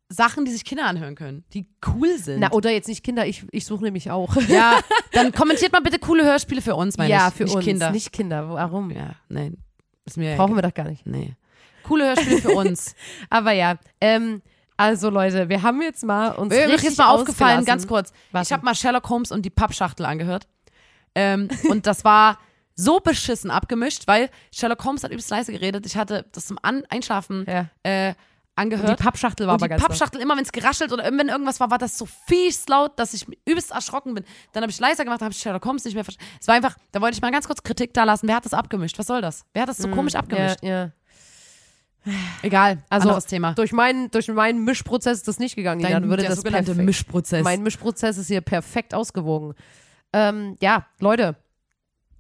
Speaker 3: Sachen, die sich Kinder anhören können, die cool sind.
Speaker 2: Na, oder jetzt nicht Kinder, ich, ich suche nämlich auch.
Speaker 3: ja, dann kommentiert mal bitte coole Hörspiele für uns, meine
Speaker 2: ja,
Speaker 3: ich.
Speaker 2: für
Speaker 3: nicht
Speaker 2: uns.
Speaker 3: Kinder.
Speaker 2: Nicht Kinder, warum?
Speaker 3: ja, nein. Ist mir
Speaker 2: Brauchen wir doch gar nicht.
Speaker 3: Nee. Coole Hörspiele für uns.
Speaker 2: Aber ja, ähm, also Leute, wir haben jetzt mal uns
Speaker 3: Mir
Speaker 2: richtig
Speaker 3: ist mal aufgefallen, ganz
Speaker 2: kurz.
Speaker 3: kurz.
Speaker 2: Was
Speaker 3: Ich habe
Speaker 2: denn?
Speaker 3: mal Sherlock Holmes und die Pappschachtel angehört. Ähm, und das war so beschissen abgemischt, weil Sherlock Holmes hat übelst leise geredet. Ich hatte das zum An Einschlafen
Speaker 2: Ja.
Speaker 3: äh,
Speaker 2: Die
Speaker 3: angehört.
Speaker 2: Pappschachtel war
Speaker 3: Und
Speaker 2: aber
Speaker 3: die
Speaker 2: ganz laut.
Speaker 3: Pappschachtel, immer wenn es geraschelt oder wenn irgendwas war, war das so fies laut, dass ich übelst erschrocken bin. Dann habe ich leiser gemacht, habe ich Sherlock Holmes nicht mehr verstanden. Es war einfach, da wollte ich mal ganz kurz Kritik da lassen. Wer hat das abgemischt? Was soll das? Wer hat das so komisch abgemischt?
Speaker 2: Hm, Ja, ja.
Speaker 3: Egal,
Speaker 2: Also,
Speaker 3: anderes Thema.
Speaker 2: Durch meinen, durch meinen Mischprozess ist das nicht gegangen. Nina. Dann würde
Speaker 3: der
Speaker 2: das
Speaker 3: sogenannte
Speaker 2: perfekt-
Speaker 3: Mischprozess.
Speaker 2: Mein Mischprozess ist hier perfekt ausgewogen. Ähm, ja, Leute,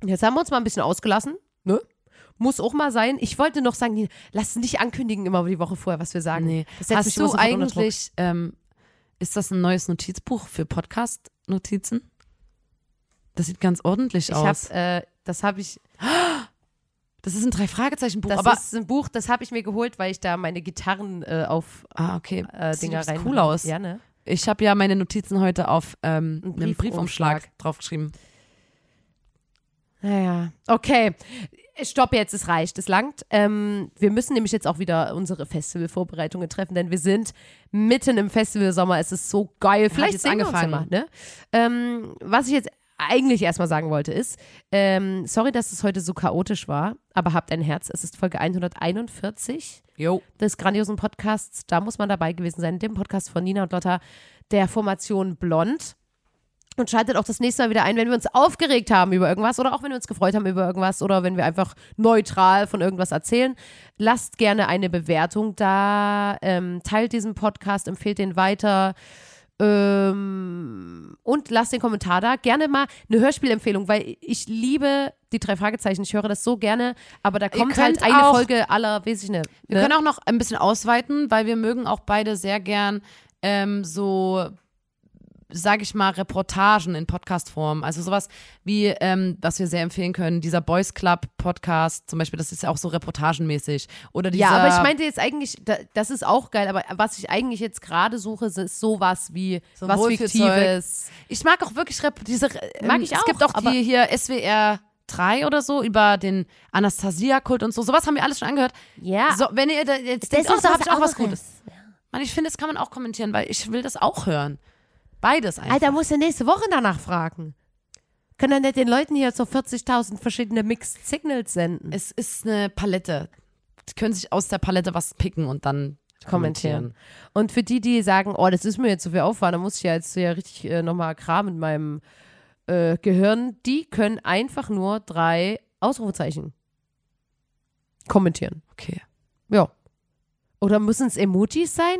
Speaker 2: jetzt haben wir uns mal ein bisschen ausgelassen. Ne? Muss auch mal sein. Ich wollte noch sagen, Nina, lass es nicht ankündigen immer die Woche vorher, was wir sagen.
Speaker 3: Nee.
Speaker 2: Das setzt mich
Speaker 3: Hast
Speaker 2: immer
Speaker 3: du
Speaker 2: sofort unter Druck.
Speaker 3: eigentlich, ähm, ist das ein neues Notizbuch für Podcast-Notizen? Das sieht ganz ordentlich
Speaker 2: Ich
Speaker 3: aus.
Speaker 2: hab, äh, das habe ich,
Speaker 3: das ist ein Drei-Fragezeichen-Buch,
Speaker 2: das
Speaker 3: aber.
Speaker 2: ist ein Buch, das habe ich mir geholt, weil ich da meine Gitarren äh, auf
Speaker 3: ah, okay.
Speaker 2: äh,
Speaker 3: das
Speaker 2: Dinger
Speaker 3: sieht
Speaker 2: rein.
Speaker 3: cool aus.
Speaker 2: Ja, ne?
Speaker 3: Ich habe ja meine Notizen heute auf ähm,
Speaker 2: Ein
Speaker 3: einem
Speaker 2: Briefumschlag.
Speaker 3: Briefumschlag draufgeschrieben.
Speaker 2: Naja, okay. Stopp jetzt, es reicht, es langt. Ähm, wir müssen nämlich jetzt auch wieder unsere Festivalvorbereitungen treffen, denn wir sind mitten im Festivalsommer. Es ist so geil. Vielleicht
Speaker 3: jetzt
Speaker 2: singen wir uns ja mal,
Speaker 3: angefangen.
Speaker 2: ne? ähm, Was ich jetzt eigentlich erstmal sagen wollte ist, ähm, sorry, dass es heute so chaotisch war, aber habt ein Herz. Es ist Folge 141
Speaker 3: Jo.
Speaker 2: des grandiosen Podcasts. Da muss man dabei gewesen sein, dem Podcast von Nina und Lotta der Formation Blond. Und schaltet auch das nächste Mal wieder ein, wenn wir uns aufgeregt haben über irgendwas oder auch wenn wir uns gefreut haben über irgendwas oder wenn wir einfach neutral von irgendwas erzählen. Lasst gerne eine Bewertung da, ähm, teilt diesen Podcast, empfehlt den weiter ähm, und lasst den Kommentar da. Gerne mal eine Hörspielempfehlung, weil ich liebe die drei Fragezeichen. Ich höre das so gerne, aber da kommt halt
Speaker 3: könnt
Speaker 2: eine
Speaker 3: auch-
Speaker 2: Folge aller, ne? weiß ich nicht.
Speaker 3: Wir können auch noch ein bisschen ausweiten, weil wir mögen auch beide sehr gern ähm, so, sag ich mal, Reportagen in Podcastform. Also sowas wie, ähm, was wir sehr empfehlen können, dieser Boys Club Podcast zum Beispiel, das ist ja auch so reportagenmäßig. Oder dieser,
Speaker 2: Ja, aber ich meinte jetzt eigentlich, da, das ist auch geil, aber was ich eigentlich jetzt gerade suche, ist sowas wie
Speaker 3: So ein
Speaker 2: was
Speaker 3: Wohlfühlzeug.
Speaker 2: Fiktives.
Speaker 3: ich mag auch wirklich Rep diese. ähm,
Speaker 2: Mag ich
Speaker 3: Es
Speaker 2: auch,
Speaker 3: gibt auch
Speaker 2: aber-
Speaker 3: die hier SWR 3 oder so über den Anastasia-Kult und so. Sowas haben wir alles schon angehört.
Speaker 2: Ja,
Speaker 3: So, wenn ihr da jetzt denkt, oh, da hab ich auch was Gutes. Mann, ich finde, das kann man auch kommentieren, weil ich will das auch hören. Beides einfach.
Speaker 2: Alter, musst du nächste Woche danach fragen. Können dann nicht den Leuten hier so 40.000 verschiedene Mixed Signals senden.
Speaker 3: Es ist eine Palette.
Speaker 1: können sich aus der Palette was picken und dann
Speaker 2: Kommentieren.
Speaker 1: kommentieren.
Speaker 2: Und für die, die sagen, oh, das ist mir jetzt so viel Aufwand, da muss ich ja jetzt ja richtig äh, nochmal Kram mit meinem äh, Gehirn, die können einfach nur drei Ausrufezeichen kommentieren.
Speaker 1: Okay.
Speaker 2: Ja. Oder müssen es Emojis sein?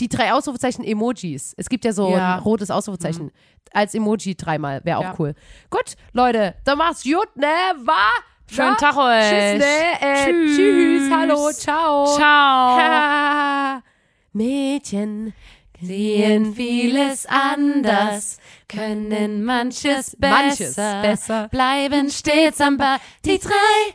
Speaker 2: Die drei Ausrufezeichen Emojis. Es gibt ja so
Speaker 1: Ja. Mhm.
Speaker 2: ein rotes Ausrufezeichen. Als Emoji dreimal. Wäre auch
Speaker 1: Ja.
Speaker 2: cool. Gut, Leute, dann mach's gut, ne? War?
Speaker 1: Schönen Tag euch.
Speaker 2: Tschüss, ne? Äh, tschüss.
Speaker 1: Tschüss.
Speaker 2: Hallo, ciao.
Speaker 1: Ciao.
Speaker 2: Ha. Mädchen
Speaker 1: Sehen vieles anders, können manches besser.
Speaker 2: Manches besser.
Speaker 1: Bleiben stets am Ball. Die drei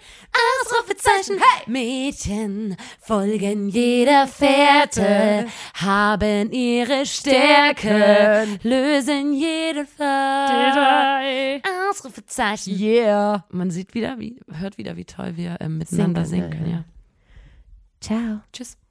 Speaker 1: Ausrufezeichen. Hey! Mädchen folgen jeder Fährte, haben ihre Stärke, lösen jeden Fall.
Speaker 2: drei.
Speaker 1: Ausrufezeichen.
Speaker 2: Yeah.
Speaker 1: Man sieht wieder, wie, hört wieder, wie toll wir ähm, äh, miteinander
Speaker 2: Singen,
Speaker 1: singen können. Ja.
Speaker 2: Ciao.
Speaker 1: Tschüss.